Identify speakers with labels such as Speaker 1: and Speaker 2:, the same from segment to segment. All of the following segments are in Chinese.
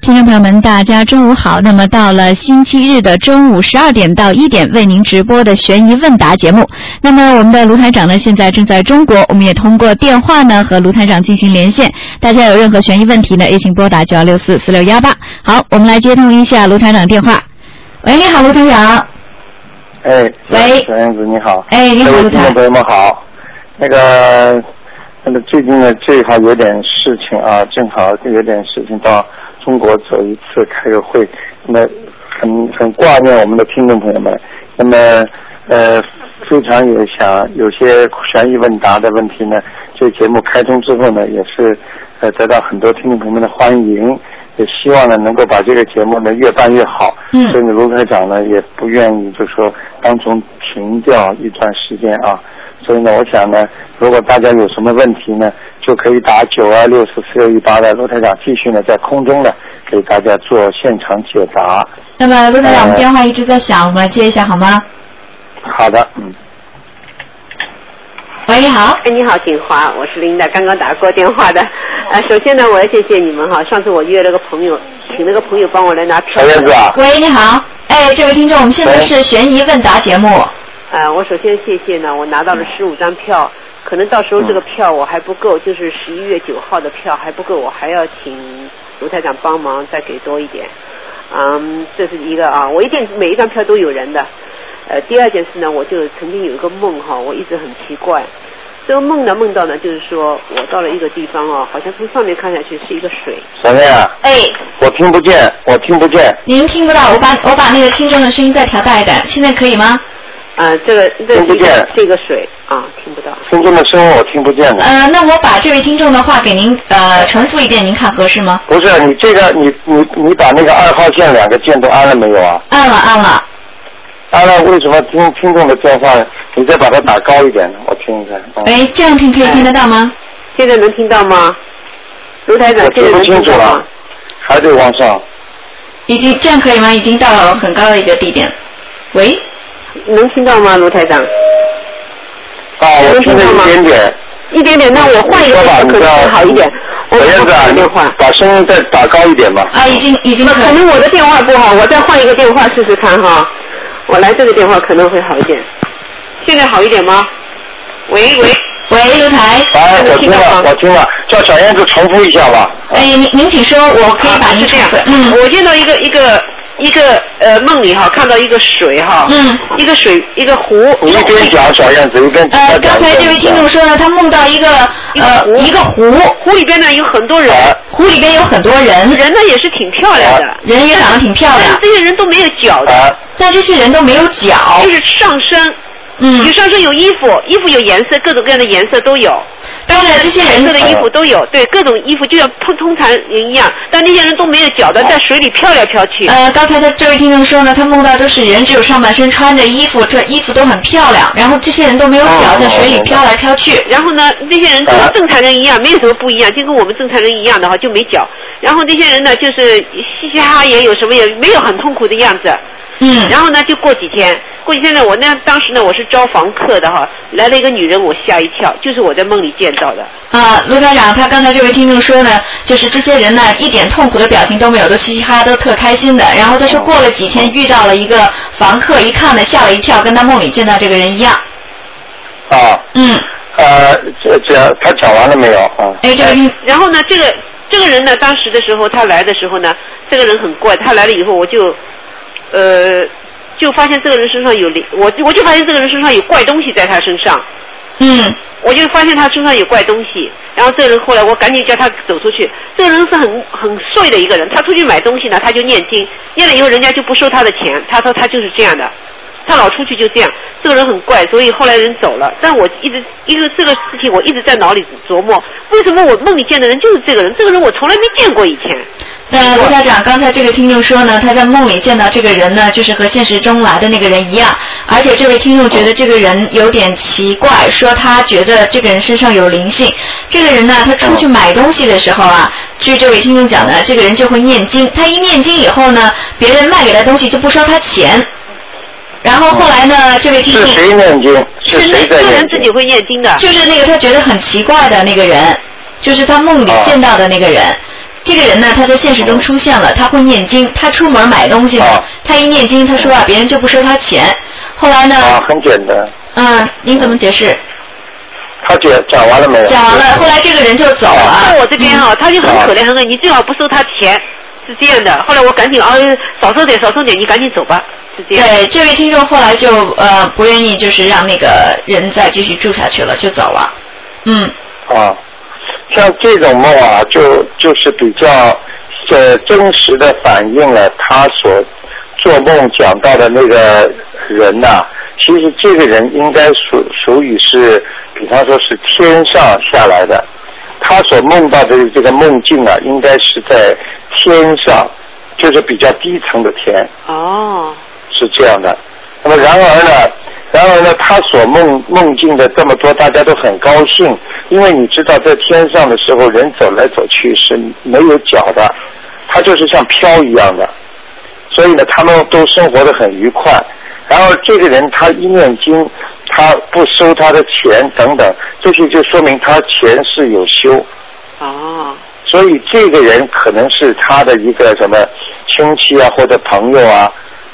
Speaker 1: 听众朋友们，大家中午好！那么到了星期日的中午十二点到一点，为您直播的悬疑问答节目。那么我们的卢台长呢，现在正在中国，我们也通过电话呢和卢台长进行连线。大家有任何悬疑问题呢，也请拨打九幺六四四六幺八。好，我们来接通一下卢台长电话。喂，你好，卢台长。
Speaker 2: 哎，
Speaker 1: 喂
Speaker 2: 小燕子你好，
Speaker 1: 哎，你好，
Speaker 2: 各位
Speaker 1: 卢
Speaker 2: 听
Speaker 1: 台
Speaker 2: 众。朋友们好。那个，那个最近呢，正好有点事情啊，正好有点事情到中国走一次，开个会。那很很挂念我们的听众朋友们。那么，呃，非常也想有些悬疑问答的问题呢，这节目开通之后呢，也是呃得到很多听众朋友们的欢迎。也希望呢，能够把这个节目呢越办越好。
Speaker 1: 嗯
Speaker 2: 所以呢，卢台长呢也不愿意就说当中停掉一段时间啊。所以呢，我想呢，如果大家有什么问题呢，就可以打九二六四四六一八的卢台长继续呢在空中呢给大家做现场解答。
Speaker 1: 那么卢台长，我们
Speaker 2: 呃
Speaker 1: 电话一直在响，我们来接一下好吗？
Speaker 2: 好的，嗯，
Speaker 1: 喂，你好。
Speaker 3: 哎，你好，景华，我是琳达，刚刚打过电话的。呃，首先呢，我要谢谢你们哈。上次我约了个朋友，请了个朋友帮我来拿票
Speaker 2: 小。燕子啊，
Speaker 1: 喂，你好。哎，这位听众，我们现在
Speaker 2: 喂
Speaker 1: 是悬疑问答节目。
Speaker 3: 呃，我首先谢谢呢，我拿
Speaker 2: 嗯
Speaker 3: 到了十五张票，可能到时候这个票我还不够，就是十一月九号的票还不够，我还要请卢台长帮忙再给多一点。嗯，这是一个啊，我一定每一张票都有人的。呃，第二件事呢，我就曾经有一个梦哈，我一直很奇怪。这个梦呢，梦到呢，就是说我到了一个地方哦，好像从上面看下去是一个水，
Speaker 2: 小燕啊，
Speaker 1: 哎，
Speaker 2: 我听不见，我听不见，
Speaker 1: 您听不到，我把我把那个听众的声音再调大一点，现在可以吗？
Speaker 3: 啊，这个这
Speaker 2: 听不
Speaker 3: 是一
Speaker 2: 见
Speaker 3: 个是一个水啊，听不到。
Speaker 2: 听众的声音我听不见了。
Speaker 1: 呃，那我把这位听众的话给您呃重复一遍，您看合适吗？
Speaker 2: 不是你这个，你你你把那个二号线两个键都按了没有啊？
Speaker 1: 按了按了，
Speaker 2: 按了，为什么听听众的电话，你再把它打高一点，我听一下。嗯
Speaker 1: 喂，这样听可以听得到吗？
Speaker 3: 现在能听到吗？卢台长
Speaker 2: 我，听
Speaker 3: 现在
Speaker 2: 不
Speaker 3: 能
Speaker 2: 清
Speaker 3: 听
Speaker 2: 楚
Speaker 3: 到
Speaker 2: 了
Speaker 3: 吗？，
Speaker 2: 还得往上。
Speaker 1: 哦已经这样可以吗？已经到了很高的一个地点。喂，
Speaker 3: 能听到吗，卢台长？
Speaker 2: 啊，我听了一点点。
Speaker 3: 一点点，那我换一个
Speaker 2: 你说吧
Speaker 3: 电话可
Speaker 2: 你
Speaker 3: 能
Speaker 2: 说
Speaker 3: 会好一点。我
Speaker 2: 小燕
Speaker 3: 我
Speaker 2: 子啊，
Speaker 3: 换一个电
Speaker 2: 你
Speaker 3: 话，
Speaker 2: 把声音再打高一点吧。
Speaker 1: 啊，已经已经可
Speaker 3: 可
Speaker 1: 以。
Speaker 3: 能我的电话不好，我再换一个电话试试看哈。我来这个电话可能会好一点。现在好一点吗？喂喂，
Speaker 1: 喂，刘台，
Speaker 2: 哎，我听了，我听了，叫小燕子重复一下吧。啊
Speaker 1: 哎，您您请说，我可以把
Speaker 3: 啊
Speaker 1: 您
Speaker 3: 是这
Speaker 1: 重
Speaker 3: 样
Speaker 1: 复。。嗯
Speaker 3: 我见到一个一个一个呃梦里哈，看到一个水哈，
Speaker 1: 嗯。
Speaker 3: 一个水一个湖。
Speaker 2: 你一边讲小燕子，一啊边
Speaker 1: 呃，刚才这位听众说呢，他梦到一个呃一个湖，
Speaker 3: 湖里边呢有很多人，
Speaker 1: 湖里边有很多人，
Speaker 3: 人呢也是挺漂亮的
Speaker 2: 啊，
Speaker 1: 人也长得挺漂
Speaker 3: 但是
Speaker 1: 亮，
Speaker 3: 这些人都没有脚的，
Speaker 2: 啊，
Speaker 1: 但这些人都没有脚
Speaker 3: 就。是上身，
Speaker 1: 嗯
Speaker 3: 有，上身有衣服，衣服有颜色，各种各样的颜色都有，
Speaker 1: 当然这些
Speaker 3: 颜色的
Speaker 1: 人
Speaker 3: 衣服都有，对，各种衣服就像通通常人一样，但那些人都没有脚
Speaker 1: 嗯
Speaker 3: 的，在水里飘来飘去。
Speaker 1: 呃，刚才他这位听众说呢，他梦到都是人只有上半身穿着衣服，这衣服都很漂亮，然后这些人都没有脚
Speaker 2: 哦，
Speaker 1: 在水里飘来飘去。
Speaker 3: 然后呢，那些人都
Speaker 2: 啊
Speaker 3: 跟正常人一样，没有什么不一样，就跟我们正常人一样的哈，就没脚。然后那些人呢，就是嘻嘻哈哈也有什么也没有很痛苦的样子。
Speaker 1: 嗯，
Speaker 3: 然后呢，就过几天，过几天呢，我那当时呢，我是招房客的哈，来了一个女人，我吓一跳，就是我在梦里见到的。
Speaker 1: 啊、卢台长，他刚才这位听众说呢，就是这些人呢一点痛苦的表情都没有，都嘻嘻哈哈，都特开心的。然后他说过了几天遇到了一个房客，一看呢吓了一跳，跟他梦里见到这个人一样。
Speaker 2: 啊，
Speaker 1: 嗯，
Speaker 2: 呃，这这他讲完了没有？啊，
Speaker 1: 哎，这位听，
Speaker 3: 然后呢，这个这个人呢，当时的时候他来的时候呢，这个人很怪，他来了以后我就，呃，就发现这个人身上有灵，我我就发现这个人身上有怪东西在他身上，
Speaker 1: 嗯
Speaker 3: 我就发现他身上有怪东西。然后这个人后来我赶紧叫他走出去，这个人是很很碎的一个人，他出去买东西呢，他就念经，念了以后人家就不收他的钱，他说他就是这样的。他老出去就这样，这个人很怪，所以后来人走了。但我一直因为这个事情，我一直在脑里琢磨，为什么我梦里见的人就是这个人？这个人我从来没见过以前。
Speaker 1: 那卢台长，刚才这个听众说呢，他在梦里见到这个人呢，就是和现实中来的那个人一样，而且这位听众觉得这个人有点奇怪，说他觉得这个人身上有灵性。这个人呢，他出去买东西的时候啊，据这位听众讲呢，这个人就会念经，他一念经以后呢，别人卖给他东西就不收他钱。然后后来呢，这位听
Speaker 2: 是
Speaker 1: 众
Speaker 2: 谁念经？是
Speaker 3: 是那
Speaker 2: 谁
Speaker 3: 这
Speaker 2: 在
Speaker 3: 个
Speaker 2: 念
Speaker 3: 人自己
Speaker 2: 经？
Speaker 3: 会念经的。
Speaker 1: 就是那个他觉得很奇怪的那个人，就是他梦里见到的那个人。这个人呢，他在现实中出现了，他会念经，他出门买东西呢
Speaker 2: 啊，
Speaker 1: 他一念经，他说啊，别人就不收他钱。后来呢，
Speaker 2: 啊，很简单。
Speaker 1: 嗯，您怎么解释？
Speaker 2: 他讲讲完了没有？
Speaker 1: 讲完了，后来这个人就走了。
Speaker 3: 在我这边啊，他就很可怜，很可怜，你最好不收他钱，是这样的。后来我赶紧啊，少收点，少收点，你赶紧走吧，是这样。
Speaker 1: 嗯对，这位听众后来就呃不愿意，就是让那个人再继续住下去了，就走了。嗯，
Speaker 2: 啊，像这种梦啊，就就是比较呃真实的反映了他所做梦讲到的那个人呐、其实这个人应该属属于是，比方说是天上下来的，他所梦到的这个梦境啊，应该是在天上，就是比较低层的天。
Speaker 3: 哦，
Speaker 2: 是这样的。那么然而呢，然而呢，他所梦梦境的这么多，大家都很高兴，因为你知道，在天上的时候，人走来走去是没有脚的，他就是像飘一样的，所以呢，他们都生活的很愉快。然后这个人他一念经，他不收他的钱等等，这些就说明他前世有修。
Speaker 3: 哦，
Speaker 2: 所以这个人可能是他的一个什么亲戚啊，或者朋友啊，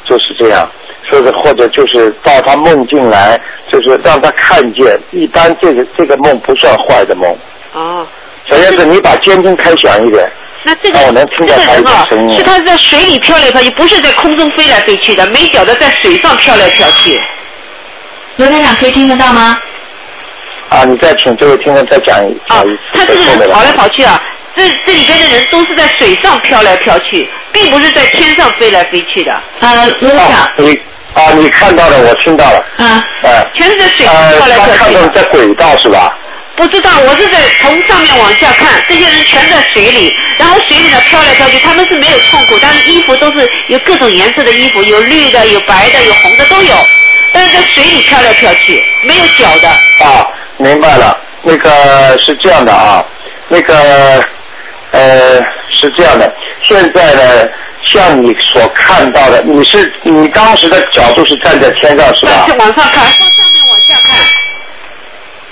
Speaker 2: 就是这样，说是或者就是到他梦境来，就是让他看见。一般这个这个梦不算坏的梦，
Speaker 3: 哦。
Speaker 2: 小叶子，你把监听开响一点。
Speaker 3: 那这个
Speaker 2: 让我能
Speaker 3: 这
Speaker 2: 哦听
Speaker 3: 个
Speaker 2: 到他一
Speaker 3: 人
Speaker 2: 点
Speaker 3: 啊，
Speaker 2: 声音
Speaker 3: 是他是在水里飘来飘去，不是在空中飞来飞去的，没脚的在水上飘来飘去。
Speaker 1: 罗台长可以听得到吗？
Speaker 2: 啊，你再请这位听众再讲一
Speaker 3: 啊
Speaker 2: 讲一次，，
Speaker 3: 他这
Speaker 2: 再说
Speaker 3: 个人跑来跑去啊，这这里边的人都是在水上飘来飘去，并不是在天上飞来飞去的，
Speaker 1: 呃，罗台
Speaker 2: 啊
Speaker 1: 长，，
Speaker 2: 你啊，你看到了，我听到了，
Speaker 1: 嗯，
Speaker 2: 哎、
Speaker 3: 全是在水上
Speaker 2: 呃，
Speaker 3: 飘来
Speaker 2: 他
Speaker 3: 飘
Speaker 2: 看
Speaker 3: 去
Speaker 2: 到
Speaker 3: 的。
Speaker 2: 在轨道是吧？
Speaker 3: 不知道，我是在从上面往下看，这些人全在水里，然后水里呢飘来飘去，他们是没有痛苦，但是衣服都是有各种颜色的衣服，有绿的，有白的，有红的都有，但是在水里飘来飘去，没有脚的。
Speaker 2: 啊，明白了，那个是这样的啊，那个呃是这样的，现在呢，像你所看到的，你是你当时的角度是站在天上是啊吧
Speaker 3: 是？往上看，从上面往下看。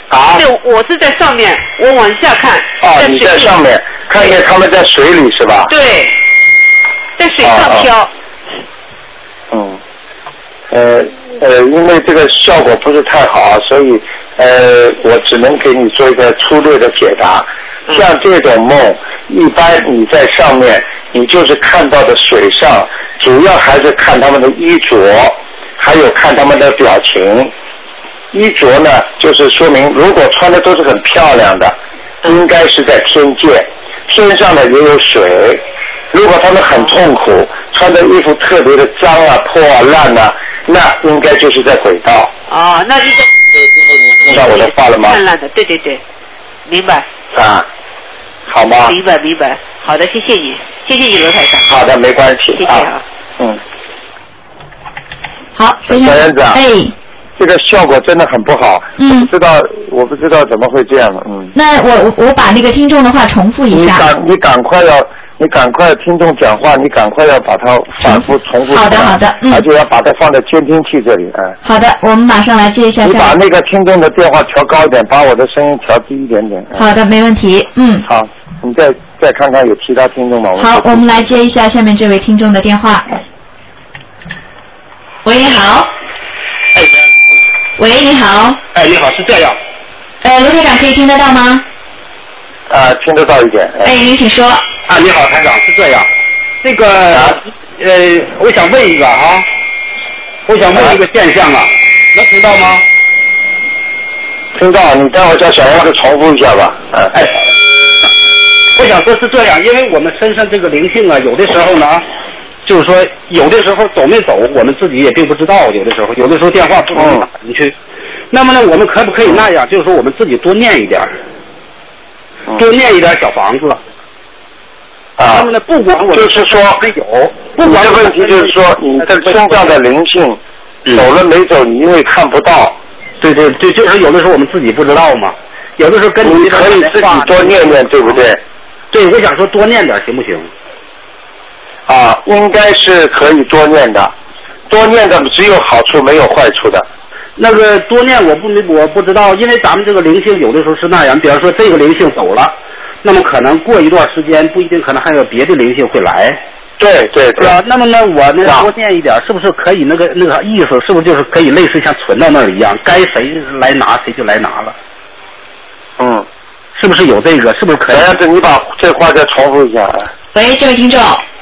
Speaker 2: 啊，
Speaker 3: 对，我是在上面，我往下看。
Speaker 2: 哦，
Speaker 3: 水
Speaker 2: 你
Speaker 3: 里
Speaker 2: 在上。面看见他们在水里是吧？
Speaker 3: 对，在水
Speaker 2: 哦
Speaker 3: 上
Speaker 2: 哦
Speaker 3: 飘。
Speaker 2: 嗯，呃呃，因为这个效果不是太好，所以呃，我只能给你做一个粗略的解答。像这种梦，一般你在上面，你就是看到的水上，主要还是看他们的衣着，还有看他们的表情。衣着呢，就是说明如果穿的都是很漂亮的，应该是在天界，天上呢也有水。如果他们很痛苦，穿的衣服特别的脏啊、破啊、烂啊，那应该就是在轨道。
Speaker 3: 哦，那你在。
Speaker 2: 听到我的话了吗？
Speaker 3: 灿烂的，对对对，明白，
Speaker 1: 嗯
Speaker 2: 啊，好吗？
Speaker 3: 明白，明白。好的，谢谢你，谢谢你，罗台长，
Speaker 2: 好的，没关
Speaker 3: 谢
Speaker 2: 系
Speaker 3: 谢啊
Speaker 2: 啊。。嗯，
Speaker 1: 好，
Speaker 2: 小燕子啊
Speaker 1: 哎，
Speaker 2: 这个效果真的很不好，
Speaker 1: 嗯
Speaker 2: 不，知道我不知道怎么会这样，嗯。
Speaker 1: 那我我我把那个听众的话重复一
Speaker 2: 你
Speaker 1: 下。
Speaker 2: 赶你赶快要，你赶快听众讲话，你赶快要把它反复重复。
Speaker 1: 嗯好的好的嗯
Speaker 2: 而且要把它放在监听器这里，哎、
Speaker 1: 好的，我们马上来接一下
Speaker 2: 你把
Speaker 1: 下。
Speaker 2: 那个听众的电话调高一点，把我的声音调低一点点。哎
Speaker 1: 好的，没问题。嗯，
Speaker 2: 好，你再再看看有其他听众吗？
Speaker 1: 好，我们来接一下下面这位听众的电话。喂，你好。
Speaker 4: 哎，
Speaker 1: 喂，你好。
Speaker 4: 哎，你好，是这样，
Speaker 1: 呃，卢台长可以听得到吗？
Speaker 2: 啊、听得到一点。哎
Speaker 1: 哎，您请说。
Speaker 4: 啊，你好，台长，是这样，那个，
Speaker 2: 啊
Speaker 4: 呃，我想问一个啊，我想问一个现象啊，能听到吗？
Speaker 2: 听到，你待会儿叫小燕子重复一下吧。嗯、
Speaker 4: 哎，我想说是这样，因为我们身上这个灵性啊，有的时候呢，就是说有的时候走没走，我们自己也并不知道，有的时候，有的时候电话不容易打进去。那么呢，我们可不可以那样，就是说我们自己多念一点儿，
Speaker 2: 嗯
Speaker 4: 多念一点儿小房子。那
Speaker 2: 啊
Speaker 4: 么，呢，不管我们
Speaker 2: 就是说
Speaker 4: 没有，不
Speaker 2: 你
Speaker 4: 管
Speaker 2: 的
Speaker 4: 我们
Speaker 2: 问题就是说，你的身上的灵性
Speaker 4: 嗯
Speaker 2: 走了没走，你因为看不到，
Speaker 4: 对对对，就是有的时候我们自己不知道嘛，有的时候跟
Speaker 2: 你可以自己多念念，对不对？
Speaker 4: 嗯对，我想说多念点儿行不行？
Speaker 2: 啊，应该是可以多念的，多念的只有好处没有坏处的。
Speaker 4: 那个多念我不明我不知道，因为咱们这个灵性有的时候是那样，比方说这个灵性走了，那么可能过一段时间不一定，可能还有别的灵性会来，
Speaker 2: 对对
Speaker 4: 是
Speaker 2: 对，
Speaker 4: 吧？那么呢，我呢
Speaker 2: 啊
Speaker 4: 多念一点，是不是可以那个那个意思，是不是就是可以类似像存到那儿一样，该谁来拿谁就来拿了，
Speaker 2: 嗯，
Speaker 4: 是不是有这个？是不是可以
Speaker 2: 等？下子你把这话再重复一下。
Speaker 1: 喂，这位听众，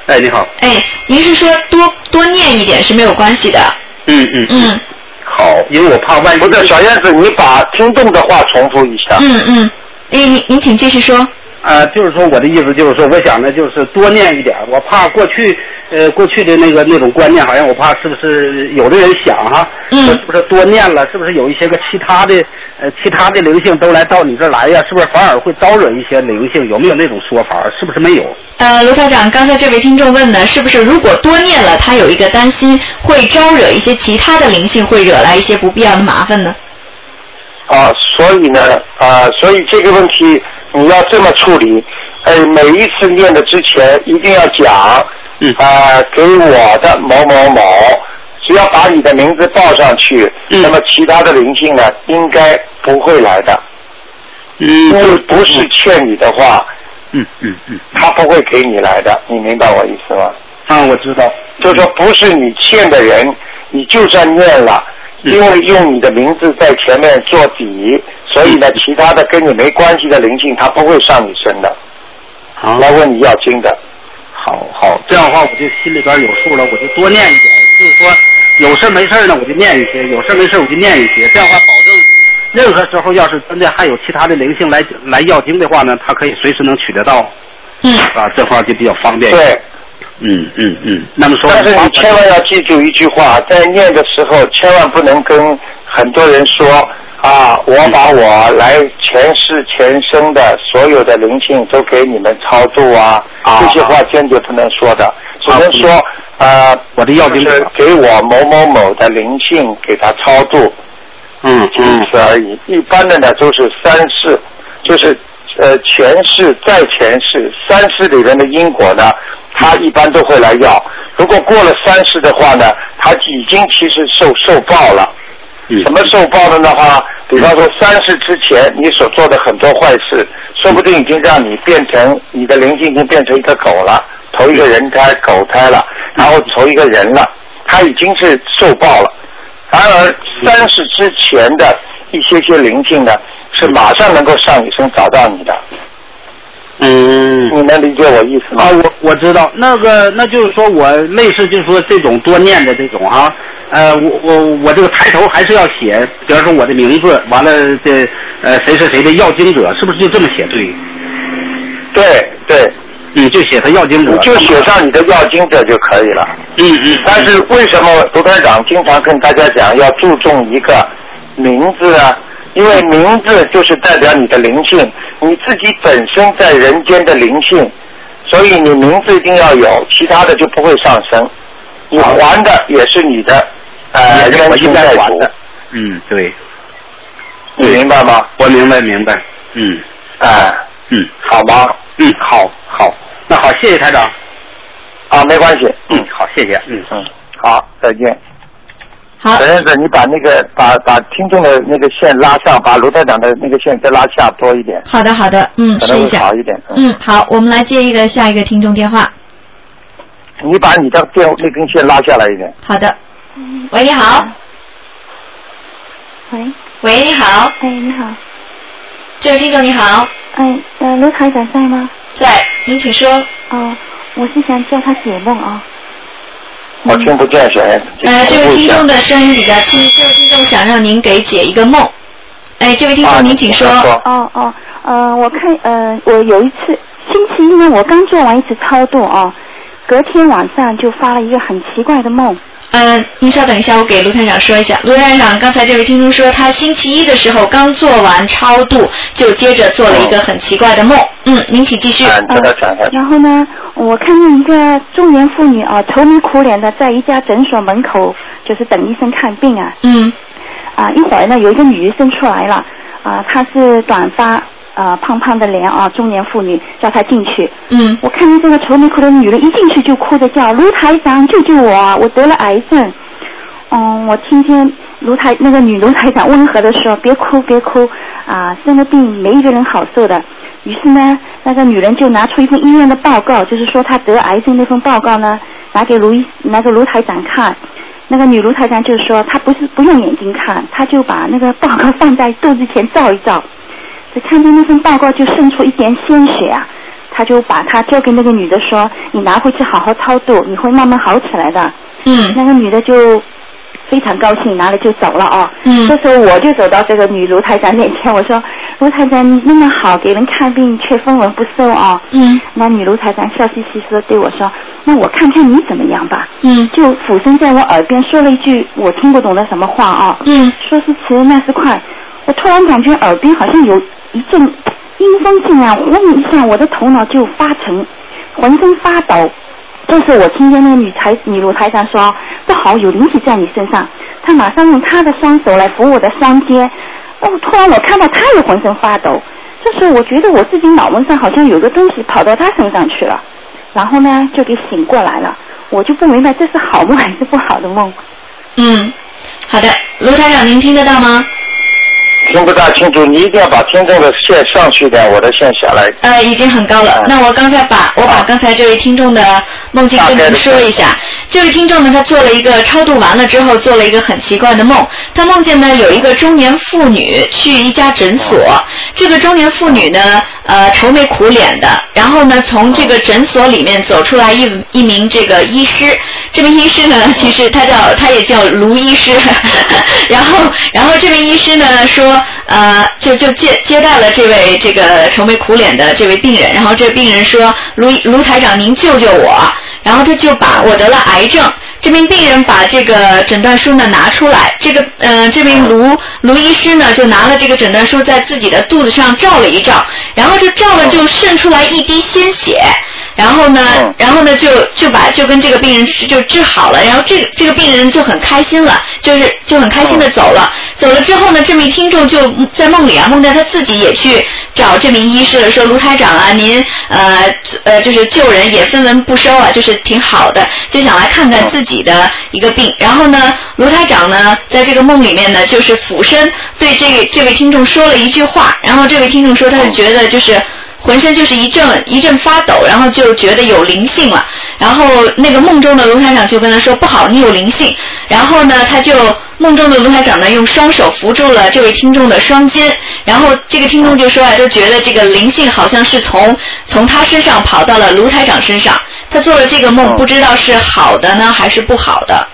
Speaker 4: 哎，你好，
Speaker 1: 哎，您是说多多念一点是没有关系的，
Speaker 4: 嗯嗯
Speaker 1: 嗯
Speaker 4: 好，因为我怕万一
Speaker 2: 不是小燕子，你把听众的话重复一下。
Speaker 1: 嗯嗯，哎，您您请继续说，
Speaker 4: 啊，就是说我的意思就是说，我想呢，就是多念一点儿，我怕过去呃过去的那个那种观念，好像我怕是不是有的人想哈，
Speaker 1: 嗯
Speaker 4: 说是不是多念了，是不是有一些个其他的呃其他的灵性都来到你这儿来呀，是不是反而会招惹一些灵性？有没有那种说法？是不是没有？
Speaker 1: 呃，卢台长，刚才这位听众问呢，是不是如果多念了，他有一个担心会招惹一些其他的灵性，会惹来一些不必要的麻烦呢？
Speaker 2: 啊，所以呢，啊，所以这个问题你要这么处理，呃，每一次念的之前一定要讲，
Speaker 4: 嗯
Speaker 2: 啊，给我的某某某，只要把你的名字报上去，
Speaker 4: 嗯
Speaker 2: 那么其他的灵性呢，应该不会来的，
Speaker 4: 嗯
Speaker 2: 因为不是欠你的话，
Speaker 4: 嗯嗯嗯
Speaker 2: 他不会给你来的，你明白我意思吗？
Speaker 4: 啊，我知道，
Speaker 2: 就说不是你欠的人，你就算念了，
Speaker 4: 嗯
Speaker 2: 因为用你的名字在前面做底，所以呢，
Speaker 4: 嗯
Speaker 2: 其他的跟你没关系的灵性，他不会上你身的，
Speaker 4: 好
Speaker 2: 来问你要经的。
Speaker 4: 好啊好，这样的话我就心里边有数了，我就多念一点，就是说有事没事呢我就念一些，有事没事我就念一些，这样的话保证任何时候要是真的还有其他的灵性来来要经的话呢，他可以随时能取得到，
Speaker 1: 嗯
Speaker 4: 啊，这话就比较方便。，
Speaker 2: 对，
Speaker 4: 嗯嗯嗯。那么说，
Speaker 2: 但是你千万要记住一句话，在念的时候千万不能跟很多人说啊，我把我来前世前生的所有的灵性都给你们超度啊，
Speaker 4: 啊
Speaker 2: 这些话坚决不能说的，只
Speaker 4: 啊
Speaker 2: 能说呃，
Speaker 4: 我的要经
Speaker 2: 就
Speaker 4: 者
Speaker 2: 是给我某某某的灵性给他超度，
Speaker 4: 嗯
Speaker 2: 仅
Speaker 4: 嗯
Speaker 2: 此而已。一般的呢都是三世，就是呃前世再前世，三世里面的因果呢，他一般都会来要。如果过了三世的话呢，他已经其实受受报了。
Speaker 4: 嗯，
Speaker 2: 什么受报了的话，比方说三世之前你所做的很多坏事，说不定已经让你变成你的灵性已经变成一个狗了，投一个人胎、狗胎了，然后投一个人了，他已经是受报了。然而三世之前的一些些灵性呢，是马上能够上你身找到你的，
Speaker 4: 嗯。
Speaker 2: 你能理解我意思吗
Speaker 4: 啊，？我我知道，那个那就是说我类似就是说这种多念的这种哈、呃，我我我这个抬头还是要写，比方说我的名字，完了这呃谁是谁的要经者，是不是就这么写对？
Speaker 2: 对对，
Speaker 4: 你就写他要经者，
Speaker 2: 你就写上你的要经者就可以了。
Speaker 4: 嗯嗯，
Speaker 2: 但是为什么卢台长经常跟大家讲要注重一个名字啊？因为名字就是代表你的灵性，你自己本身在人间的灵性，所以你名字一定要有，其他的就不会上升。你还的也是你的，呃，
Speaker 4: 也是啊我
Speaker 2: 冤
Speaker 4: 应
Speaker 2: 亲
Speaker 4: 该
Speaker 2: 债
Speaker 4: 还
Speaker 2: 主
Speaker 4: 的，嗯对，
Speaker 2: 你明白吗？
Speaker 4: 我明白明白，嗯
Speaker 2: 哎、
Speaker 4: 嗯
Speaker 2: 好吗？
Speaker 4: 嗯，好好，那好，谢谢台长，
Speaker 2: 啊，没关系，
Speaker 4: 嗯，好，谢谢，嗯
Speaker 2: 嗯，好，再见。
Speaker 1: 好
Speaker 2: 小，燕子，你把那个把把听众的那个线拉上，把卢台长的那个线再拉下多一点。
Speaker 1: 好的好的，嗯，
Speaker 2: 可
Speaker 1: 试
Speaker 2: 能
Speaker 1: 一
Speaker 2: 会
Speaker 1: 下
Speaker 2: 好，一点。，
Speaker 1: 嗯，好，我们来接一个下一个听众电话，
Speaker 2: 你把你的电那根线拉下来一点。
Speaker 1: 好的，喂，你好，
Speaker 5: 喂，
Speaker 1: 喂，你好，
Speaker 5: 哎，你好，
Speaker 1: 这位听众你好，
Speaker 5: 哎，呃，卢台长在吗？
Speaker 1: 在，您请说，
Speaker 5: 哦，我是想叫他解梦啊、
Speaker 2: 我听不见，小燕子。
Speaker 1: 嗯呃，这位听众
Speaker 2: 的
Speaker 1: 的声音比较轻，这位听众想让您给解一个梦，哎，这位
Speaker 2: 啊
Speaker 1: 听众您请说，
Speaker 5: 哦哦，呃，我看，呃，我有一次星期一呢，我刚做完一次超度哦，隔天晚上就发了一个很奇怪的梦。
Speaker 1: 嗯，您稍等一下，我给卢探长说一下。卢探长，刚才这位听众说，他星期一的时候刚做完超度，就接着做了一个很奇怪的梦。嗯，您请继续。
Speaker 2: 啊，你跟他讲一下。
Speaker 5: 呃然后呢，我看见一个中年妇女啊，愁眉苦脸的在一家诊所门口，就是等医生看病啊。
Speaker 1: 嗯
Speaker 5: 啊，一会儿呢，有一个女医生出来了，啊，她是短发，啊，胖胖的脸啊，中年妇女，叫她进去。
Speaker 1: 嗯
Speaker 5: 我看见这个愁眉苦脸的女人一进去就哭着叫：“卢台长，救救我啊！我得了癌症。”嗯，我听见卢台那个女卢台长温和的说：“别哭，别哭啊，生了病没一个人好受的，于是呢，那个女人就拿出一份医院的报告，就是说她得癌症那份报告呢，拿给卢医拿给卢台长看。那个女卢台长就说，她不是不用眼睛看，她就把那个报告放在肚子前照一照，只看见那份报告就渗出一点鲜血啊。她就把它交给那个女的说：“你拿回去好好超度，你会慢慢好起来的。”
Speaker 1: 嗯
Speaker 5: 那个女的就非常高兴，拿了就走了哦。
Speaker 1: 嗯
Speaker 5: 这时候我就走到这个女卢台长面前，我说：“卢台长，你那么好，给人看病却分文不收哦。”
Speaker 1: 嗯
Speaker 5: 那女卢台长笑嘻嘻说对我说：“那我看看你怎么样吧。”
Speaker 1: 嗯
Speaker 5: 就俯身在我耳边说了一句我听不懂的什么话啊、
Speaker 1: 嗯
Speaker 5: 说是迟，那是快。我突然感觉耳边好像有一阵阴风进来，嗡一下，我的头脑就发沉，浑身发抖。这时我听见那个女台女卢台长说：“不好，有灵体在你身上。”她马上用她的双手来扶我的双肩。哦，突然我看到她也浑身发抖。这时候我觉得我自己脑门上好像有个东西跑到她身上去了，然后呢就给醒过来了。我就不明白这是好梦还是不好的梦。
Speaker 1: 嗯，好的，卢台长，您听得到吗？
Speaker 2: 听不大清楚，你一定要把听众的线上去一点，我的线下来。
Speaker 1: 呃，已经很高了
Speaker 2: 啊。
Speaker 1: 那我刚才把我把刚才这位听众嗯的梦境跟您说一下。这位听众呢，他做了一个超度完了之后，做了一个很奇怪的梦。他梦见呢有一个中年妇女去一家诊所，这个中年妇女呢，呃，愁眉苦脸的，然后呢，从这个诊所里面走出来一一名这个医师。这名医师呢，其实他叫他也叫卢医师， 然后然后这位医师呢说，呃，就就接接待了这位这个愁眉苦脸的这位病人，然后这位病人说，卢卢台长您救救我，然后他就把我得了癌症。这名病人把这个诊断书呢拿出来，这个呃，这名卢卢医师呢就拿了这个诊断书在自己的肚子上照了一照，然后这照了就渗出来一滴鲜血，然后呢，
Speaker 2: 嗯
Speaker 1: 然后呢就就把就跟这个病人治就治好了，然后这个这个病人就很开心了，就是就很开心的走了。走了之后呢，这名听众就在梦里啊，梦见他自己也去找这名医师了，说卢台长啊，您呃呃就是救人也分文不收啊，就是挺好的，就想来看看自己的一个病。然后呢，卢台长呢在这个梦里面呢，就是俯身对这这位听众说了一句话，然后这位听众说他就觉得就是。浑身就是一阵一阵发抖，然后就觉得有灵性了。然后那个梦中的卢台长就跟他说：“不好，你有灵性。”然后呢，他就梦中的卢台长呢用双手扶住了这位听众的双肩，然后这个听众就说啊，就觉得这个灵性好像是从从他身上跑到了卢台长身上。他做了这个梦，
Speaker 2: 嗯
Speaker 1: 不知道是好的呢还是不好的。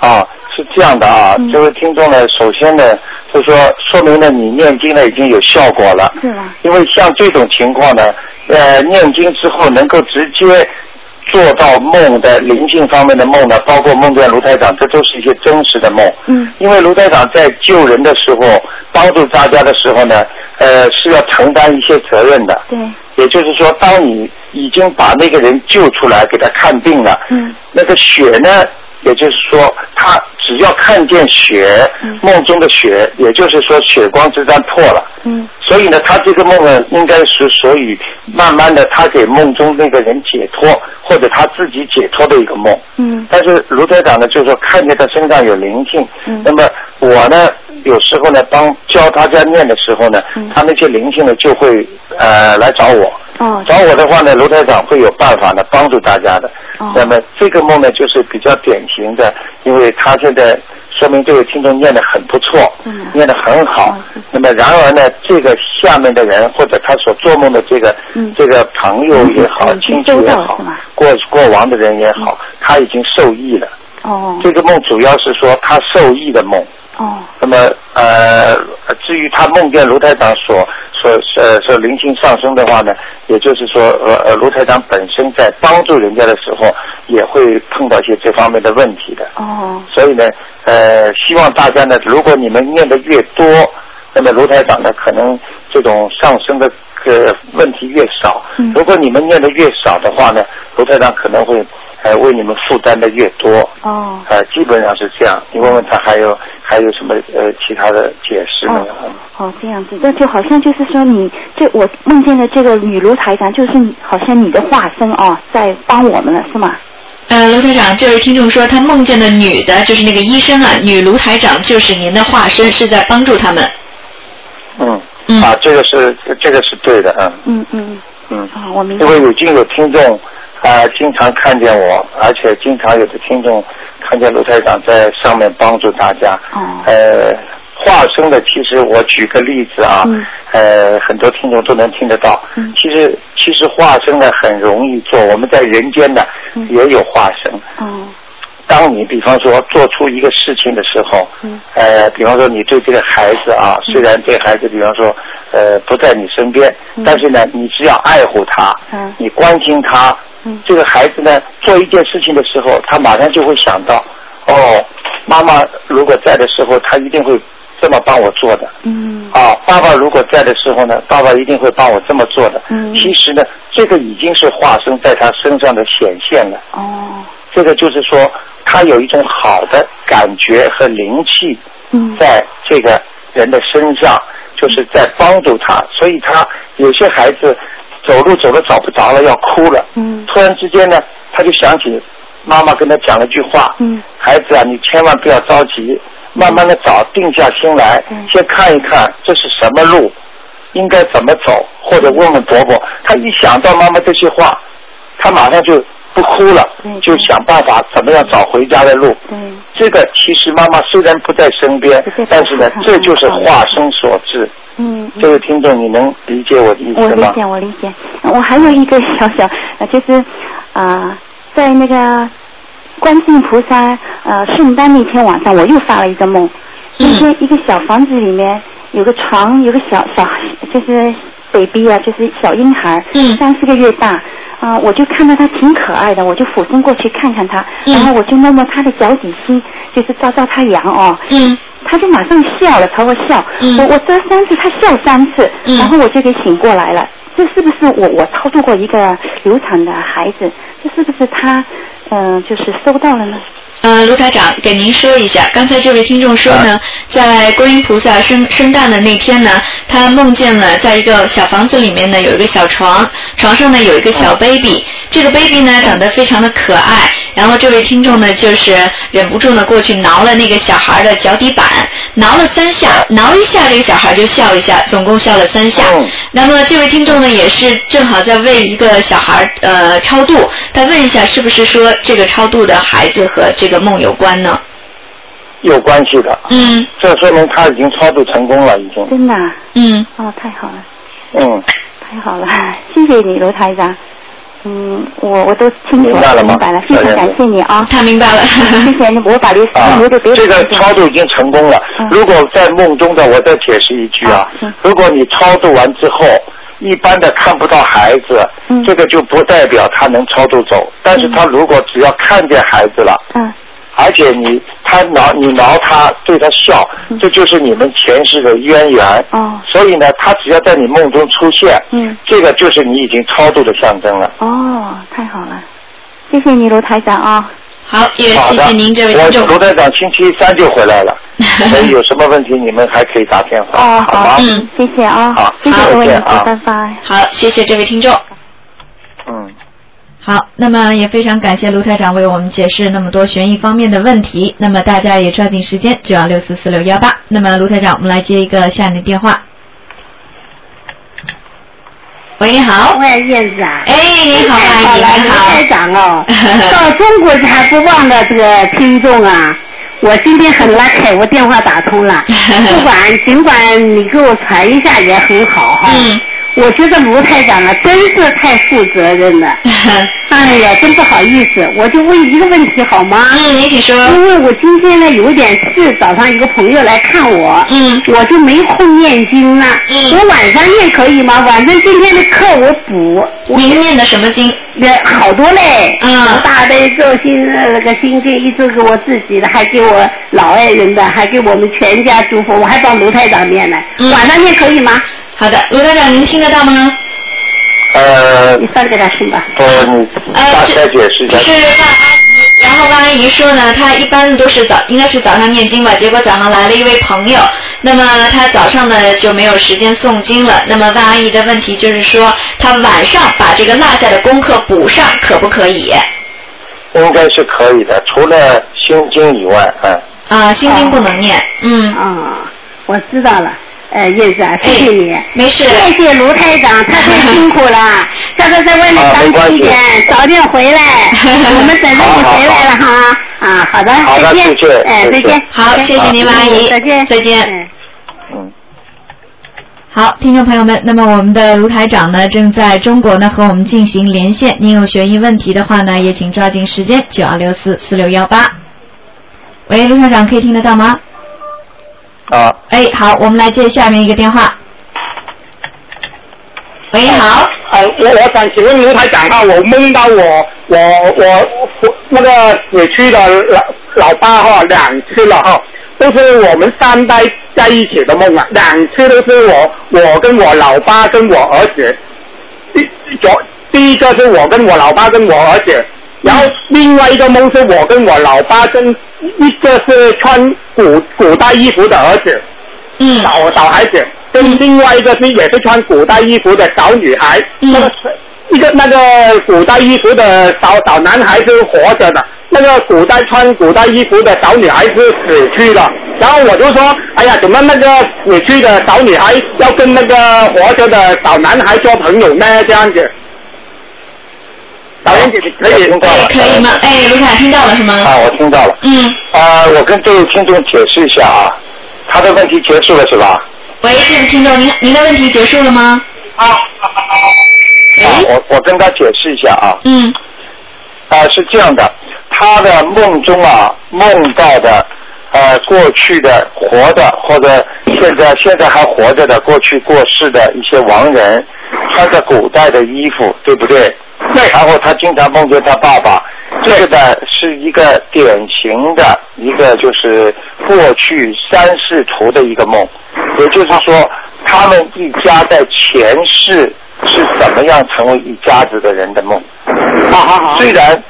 Speaker 2: 啊，是这样的啊，
Speaker 5: 嗯
Speaker 2: 这位听众呢，首先呢，就说说明呢，你念经呢已经有效果了。
Speaker 5: 是吧？
Speaker 2: 因为像这种情况呢，呃，念经之后能够直接做到梦的灵性方面的梦呢，包括梦见卢台长，这都是一些真实的梦。
Speaker 5: 嗯
Speaker 2: 因为卢台长在救人的时候，帮助大家的时候呢，呃，是要承担一些责任的。
Speaker 5: 对，
Speaker 2: 也就是说，当你已经把那个人救出来，给他看病了，
Speaker 5: 嗯
Speaker 2: 那个血呢，也就是说，他只要看见血，
Speaker 5: 嗯
Speaker 2: 梦中的血，也就是说血光之战破了。
Speaker 5: 嗯
Speaker 2: 所以呢，他这个梦呢，应该是所以慢慢的，他给梦中那个人解脱，或者他自己解脱的一个梦。
Speaker 5: 嗯
Speaker 2: 但是卢台长呢，就是说看见他身上有灵性，
Speaker 5: 嗯
Speaker 2: 那么我呢，有时候呢，帮教他家念的时候呢，
Speaker 5: 嗯
Speaker 2: 他那些灵性呢就会呃来找我，
Speaker 5: 哦
Speaker 2: 找我的话呢，卢台长会有办法呢帮助大家的。
Speaker 5: 哦
Speaker 2: 那么这个梦呢，就是比较典型的，因为他现在说明这位听众念得很不错，
Speaker 5: 嗯
Speaker 2: 念得很好。
Speaker 5: 哦谢谢
Speaker 2: 那么然而呢，这个下面的人或者他所做梦的这个、
Speaker 5: 嗯
Speaker 2: 这个朋友也好，
Speaker 5: 嗯
Speaker 2: 亲戚
Speaker 5: 已经
Speaker 2: 也
Speaker 5: 收到了
Speaker 2: 好
Speaker 5: 是吗，嗯
Speaker 2: 过过往的人也好，他已经受益了。
Speaker 5: 哦
Speaker 2: 这个梦主要是说他受益的梦。
Speaker 5: 哦
Speaker 2: 那么呃，至于他梦见卢台长所所呃所灵性上升的话呢，也就是说呃呃卢台长本身在帮助人家的时候，也会碰到一些这方面的问题的。
Speaker 5: 哦
Speaker 2: 所以呢，呃，希望大家呢，如果你们念的越多，那么卢台长呢，可能这种上升的呃问题越少。
Speaker 5: 嗯
Speaker 2: 如果你们念的越少的话呢，卢台长可能会呃为你们负担的越多。
Speaker 5: 哦
Speaker 2: 呃，基本上是这样。你问问他还有还有什么呃其他的解释没有？
Speaker 5: 哦哦，这样子，那就好像就是说你，这我梦见的这个女卢台长，就是你好像你的化身哦，在帮我们了，是吗？
Speaker 1: 呃，卢台长，这位听众说他梦见的女的，就是那个医生啊，女卢台长就是您的化身，是在帮助他们。
Speaker 2: 嗯，
Speaker 1: 嗯
Speaker 2: 啊，这个是这个是对的，嗯
Speaker 5: 嗯
Speaker 2: 嗯
Speaker 5: 嗯嗯，，啊，我明白
Speaker 2: 因。为已经有听众啊、经常看见我，而且经常有的听众看见卢台长在上面帮助大家。
Speaker 5: 哦
Speaker 2: 呃，化身的，其实我举个例子啊，
Speaker 5: 嗯
Speaker 2: 呃，很多听众都能听得到。
Speaker 5: 嗯
Speaker 2: 其实其实化身的很容易做，我们在人间的
Speaker 5: 嗯
Speaker 2: 也有化身。
Speaker 5: 哦，
Speaker 2: 当你比方说做出一个事情的时候，
Speaker 5: 嗯
Speaker 2: 呃，比方说你对这个孩子啊，虽然这孩子比方说呃不在你身边，
Speaker 5: 嗯
Speaker 2: 但是呢，你只要爱护他，
Speaker 5: 嗯
Speaker 2: 你关心他，
Speaker 5: 嗯
Speaker 2: 这个孩子呢做一件事情的时候，他马上就会想到，哦，妈妈如果在的时候，他一定会这么帮我做的。
Speaker 5: 嗯
Speaker 2: 啊，爸爸如果在的时候呢，爸爸一定会帮我这么做的。
Speaker 5: 嗯
Speaker 2: 其实呢，这个已经是化身在他身上的显现了。
Speaker 5: 哦，
Speaker 2: 这个就是说，他有一种好的感觉和灵气
Speaker 5: 嗯
Speaker 2: 在这个人的身上，就是在帮助他。所以他有些孩子走路走的找不着了，要哭了。
Speaker 5: 嗯
Speaker 2: 突然之间呢，他就想起妈妈跟他讲了句话：“
Speaker 5: 嗯
Speaker 2: 孩子啊，你千万不要着急，慢慢的找，定下心来，
Speaker 5: 嗯
Speaker 2: 先看一看这是什么路，应该怎么走，或者问问伯伯。他一想到妈妈这些话，他马上就不哭了
Speaker 5: 对，
Speaker 2: 就想办法怎么样找回家的路。
Speaker 5: 对，
Speaker 2: 这个其实妈妈虽然不在身边
Speaker 5: 不在，
Speaker 2: 但是呢
Speaker 5: 身，边
Speaker 2: 这就是化身所致。
Speaker 5: 嗯。嗯
Speaker 2: 这位听众，你能理解我的意
Speaker 5: 我
Speaker 2: 思
Speaker 5: 理
Speaker 2: 吗？
Speaker 5: 解，我理解。嗯我还有一个小小，呃、就是啊、呃在那个观世音菩萨呃圣诞那天晚上，我又发了一个梦，
Speaker 1: 嗯
Speaker 5: 就是一个小房子里面有个床，有个小小就是 baby 啊，就是小婴孩，
Speaker 1: 嗯
Speaker 5: 三四个月大。啊、我就看到他挺可爱的，我就俯身过去看看他，
Speaker 1: 嗯
Speaker 5: 然后我就摸摸他的脚底心，就是照照他痒哦，
Speaker 1: 嗯
Speaker 5: 他就马上笑了，朝我笑。
Speaker 1: 嗯
Speaker 5: 我我这三次，他笑三次，
Speaker 1: 嗯
Speaker 5: 然后我就给醒过来了。这是不是我我超度过一个流产的孩子？这是不是他嗯、呃就是收到了呢？
Speaker 1: 呃，卢台长给您说一下，刚才这位听众说呢，在观音菩萨生生诞的那天呢，他梦见了在一个小房子里面呢有一个小床，床上呢有一个小 baby，、这个 baby 呢长得非常的可爱，然后这位听众呢就是忍不住呢过去挠了那个小孩的脚底板，挠了三下，挠一下这个小孩就笑一下，总共笑了三下。
Speaker 2: 嗯
Speaker 1: 那么这位听众呢，也是正好在为一个小孩儿呃超度，他问一下，是不是说这个超度的孩子和这个梦有关呢？
Speaker 2: 有关系的，
Speaker 1: 嗯
Speaker 2: 这说明他已经超度成功了，已经。
Speaker 5: 真的啊、
Speaker 1: 嗯
Speaker 5: 哦，太好了，
Speaker 2: 嗯，
Speaker 5: 太好了， 谢谢你，罗台长。嗯，我我都清楚
Speaker 2: 明白了吗
Speaker 5: 明白了，非常
Speaker 2: 大家
Speaker 5: 感谢你啊！
Speaker 1: 嗯他明白了。
Speaker 5: 谢谢你，我把这个时间
Speaker 2: 啊
Speaker 5: 留给，别
Speaker 2: 这
Speaker 5: 人。
Speaker 2: 个超度已经成功了
Speaker 5: 嗯。
Speaker 2: 如果在梦中的，我再解释一句啊
Speaker 5: 啊行，
Speaker 2: 如果你超度完之后，一般的看不到孩子
Speaker 5: 嗯，
Speaker 2: 这个就不代表他能超度走。但是他如果只要看见孩子了，
Speaker 5: 嗯，
Speaker 2: 而且你他挠你挠他，对他笑
Speaker 5: 嗯，
Speaker 2: 这就是你们前世的渊源。
Speaker 5: 哦
Speaker 2: 所以呢，他只要在你梦中出现，
Speaker 5: 嗯
Speaker 2: 这个就是你已经超度的象征了。
Speaker 5: 哦，太好了，谢谢你，罗台长啊！
Speaker 1: 好，也
Speaker 2: 好
Speaker 1: 谢
Speaker 2: 的，
Speaker 1: 谢您这位
Speaker 2: 我
Speaker 1: 听众。
Speaker 2: 卢台长星期三就回来了， 所以有什么问题你们还可以打电话，
Speaker 5: 哦，
Speaker 2: 好吗？
Speaker 1: 嗯
Speaker 5: 谢谢啊，
Speaker 2: 好
Speaker 5: 谢谢
Speaker 2: 好
Speaker 5: 各位
Speaker 2: 再见
Speaker 5: 同学
Speaker 2: 啊
Speaker 5: 拜拜。
Speaker 1: 好，谢谢这位听众。
Speaker 2: 嗯，
Speaker 1: 好，那么也非常感谢卢台长为我们解释那么多悬疑方面的问题。那么大家也抓紧时间，九幺六四四六幺八。那么卢台长，我们来接一个下面的电话。喂，你好。
Speaker 6: 喂，燕子啊。
Speaker 1: 哎，你好，阿
Speaker 6: 太
Speaker 1: 姨，
Speaker 6: 了
Speaker 1: 你
Speaker 6: 台
Speaker 1: 好。
Speaker 6: 长哦，到中国去还不忘了这个听众啊。我今天很 lucky，我电话打通了。不管尽管你给我传一下也很好哈。
Speaker 1: 嗯。
Speaker 6: 我觉得卢台长啊，真是太负责任了。
Speaker 1: 嗯
Speaker 6: 哎呀，真不好意思，我就问一个问题好吗？
Speaker 1: 嗯，您请说。
Speaker 6: 因为我今天呢有点事，早上一个朋友来看我，
Speaker 1: 嗯
Speaker 6: 我就没空念经了。
Speaker 1: 嗯
Speaker 6: 我晚上念可以吗？晚上今天的课我补，我
Speaker 1: 您念的什么经？
Speaker 6: 那好多嘞，
Speaker 1: 嗯
Speaker 6: 我大悲咒心呃那个心经一直给我自己的，还给我老爱人的，还给我们全家祝福，我还帮卢台长念呢。
Speaker 1: 嗯
Speaker 6: 晚上念可以吗？
Speaker 1: 好的，卢台长，您听得到吗？
Speaker 2: 呃
Speaker 6: 你，翻给他听吧。
Speaker 2: 呃，你大
Speaker 1: 这
Speaker 2: 概解释一下，
Speaker 1: 是万阿姨，然后万阿姨说呢，她一般都是早，应该是早上念经吧，结果早上来了一位朋友，那么她早上呢就没有时间诵经了。那么万阿姨的问题就是说，她晚上把这个落下的功课补上，可不可以？
Speaker 2: 应该是可以的，除了心经以外，嗯，
Speaker 1: 啊啊，心经不能念，嗯哎
Speaker 6: 啊、我知道了。
Speaker 5: 呃叶子啊，谢谢你，
Speaker 1: 没事
Speaker 5: 谢谢卢台长，他太辛苦 了，叫他在外面
Speaker 2: 啊没
Speaker 5: 当
Speaker 2: 关系
Speaker 5: 心点，早点回来， 我们等着你回来了哈，啊，好的，
Speaker 2: 好的
Speaker 5: 再见
Speaker 2: 谢谢，
Speaker 5: 哎，
Speaker 2: 谢谢
Speaker 5: 再见，嗯
Speaker 1: 好，谢谢您，王阿姨，
Speaker 5: 再见，
Speaker 1: 再见。
Speaker 5: 嗯
Speaker 2: 嗯。
Speaker 1: 好，听众朋友们，那么我们的卢台长呢，正在中国呢和我们进行连线。您有学医问题的话呢，也请抓紧时间，九二六四四六幺八。喂，卢台长，可以听得到吗？
Speaker 2: 啊，
Speaker 1: 哎，好，我们来接下面一个电话。喂，好，
Speaker 4: 呃，我我想请问卢台长啊，我梦到我我我我那个死去的老老爸哈，两次了哈，都是我们三代在一起的梦啊，两次都是我我跟我老爸跟我儿子，第昨第一个是我跟我老爸跟我儿子，然后另外一个梦是我跟我老爸跟一个是穿古古代衣服的儿子，
Speaker 1: 嗯
Speaker 4: 小小孩子，跟另外一个是也是穿古代衣服的小女孩，
Speaker 1: 嗯
Speaker 4: 那个是一个那个古代衣服的小小男孩是活着的，那个古代穿古代衣服的小女孩是死去的。然后我就说，哎呀，怎么那个死去的小女孩要跟那个活着的小男孩做朋友呢？这样子，导演姐啊可以
Speaker 2: 听到
Speaker 1: 哎
Speaker 2: 了，，
Speaker 1: 可以吗？哎，卢台长听到了是吗？
Speaker 2: 啊，我听到了。
Speaker 1: 嗯，
Speaker 2: 啊，我跟这位听众解释一下啊，他的问题结束了是吧？
Speaker 1: 喂，这位听众，您您的问题结束了吗？
Speaker 2: 啊，
Speaker 1: 喂，
Speaker 2: 我我跟他解释一下啊，
Speaker 1: 嗯
Speaker 2: 啊是这样的，他的梦中啊梦到的，呃过去的活的或者现在现在还活着的过去过世的一些亡人，穿着古代的衣服，对不对？
Speaker 4: 对
Speaker 2: 然后他经常梦见他爸爸，这个呢是一个典型的一个就是过去三世图的一个梦，也就是说他们一家在前世是怎么样成为一家子的人的梦。
Speaker 4: 好好好，
Speaker 2: 虽然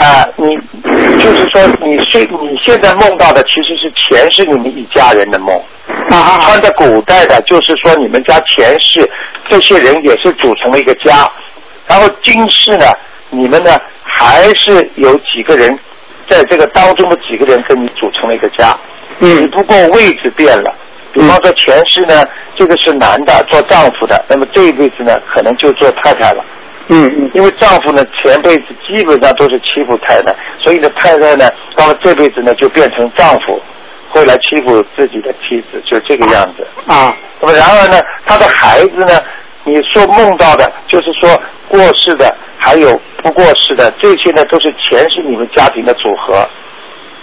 Speaker 2: 啊、你就是说你睡你现在梦到的其实是前世你们一家人的梦，
Speaker 4: 好
Speaker 3: 啊
Speaker 4: 好好
Speaker 2: 穿，着古代的，就是说你们家前世这些人也是组成了一个家，然后今世呢，你们呢还是有几个人在这个当中的几个人跟你组成了一个家，只
Speaker 4: 嗯
Speaker 2: 不过位置变了。比方说前世呢，这个是男的做丈夫的，那么这一辈子呢，可能就做太太了。
Speaker 4: 嗯嗯，
Speaker 2: 因为丈夫呢前辈子基本上都是欺负太太，所以呢太太呢到了这辈子呢就变成丈夫，会来欺负自己的妻子，就这个样子。
Speaker 4: 啊
Speaker 2: 那么然而呢，他的孩子呢，你所梦到的，就是说过世的，还有不过世的，这些呢都是前世你们家庭的组合。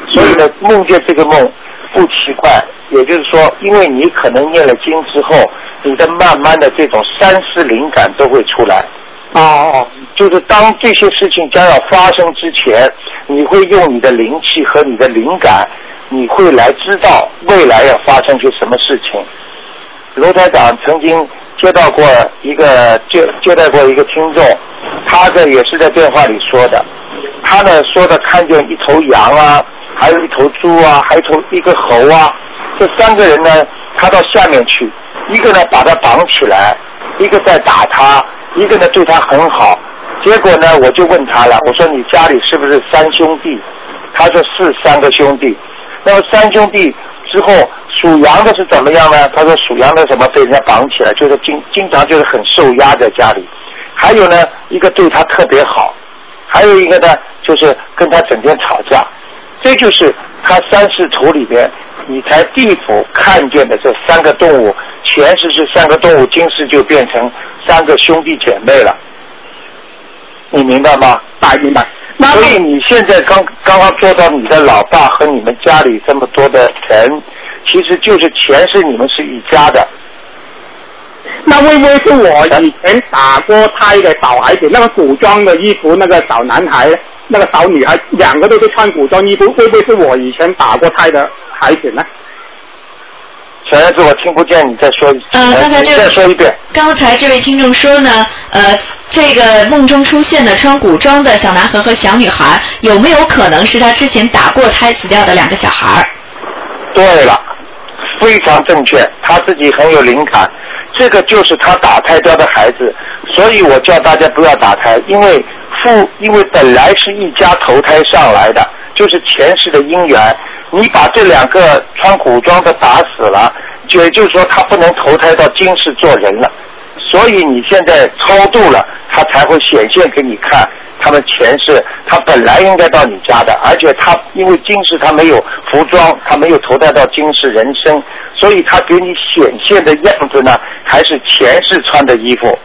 Speaker 2: 所以呢，梦见这个梦不奇怪，也就是说，因为你可能念了经之后，你的慢慢的这种三思灵感都会出来。
Speaker 4: 哦哦，
Speaker 2: 就是当这些事情将要发生之前，你会用你的灵气和你的灵感，你会来知道未来要发生些什么事情。卢台长曾经接到过一个接接待过一个听众，他这也是在电话里说的，他呢说的看见一头羊啊，还有一头猪啊，还有一头一个猴啊，这三个人呢，他到下面去，一个呢把他绑起来，一个在打他，一个呢对他很好，结果呢我就问他了，我说你家里是不是三兄弟？他说是三个兄弟，那么三兄弟之后属羊的是怎么样呢？他说属羊的什么被人家绑起来，就是经经常就是很受压在家里。还有呢，一个对他特别好，还有一个呢就是跟他整天吵架。这就是他三世图里边，你才地府看见的这三个动物，前世是三个动物，今世就变成三个兄弟姐妹了。你明白吗？
Speaker 4: 大明白，那
Speaker 2: 所以你现在刚刚刚做到你的老爸和你们家里这么多的人，其实就是前世你们是一家的。
Speaker 4: 那会不会是我以前打过胎的小孩子，那个古装的衣服，那个小男孩，那个小女孩，两个都是穿古装衣服，会不会是我以前打过胎的孩子呢？
Speaker 2: 小燕子，我听不见你再说一，
Speaker 1: 呃大概
Speaker 2: 你
Speaker 1: 这
Speaker 2: 再说一遍。
Speaker 1: 刚才这位听众说呢，呃，这个梦中出现的穿古装的小男孩和小女孩，有没有可能是他之前打过胎死掉的两个小孩儿？
Speaker 2: 对了，非常正确，他自己很有灵感，这个就是他打胎掉的孩子，所以我叫大家不要打胎，因为父因为本来是一家投胎上来的，就是前世的因缘。你把这两个穿古装的打死了，就也就是说他不能投胎到今世做人了。所以你现在超度了，他才会显现给你看。他们前世他本来应该到你家的，而且他因为今世他没有服装，他没有投胎到今世人生，所以他给你显现的样子呢，还是前世穿的衣服。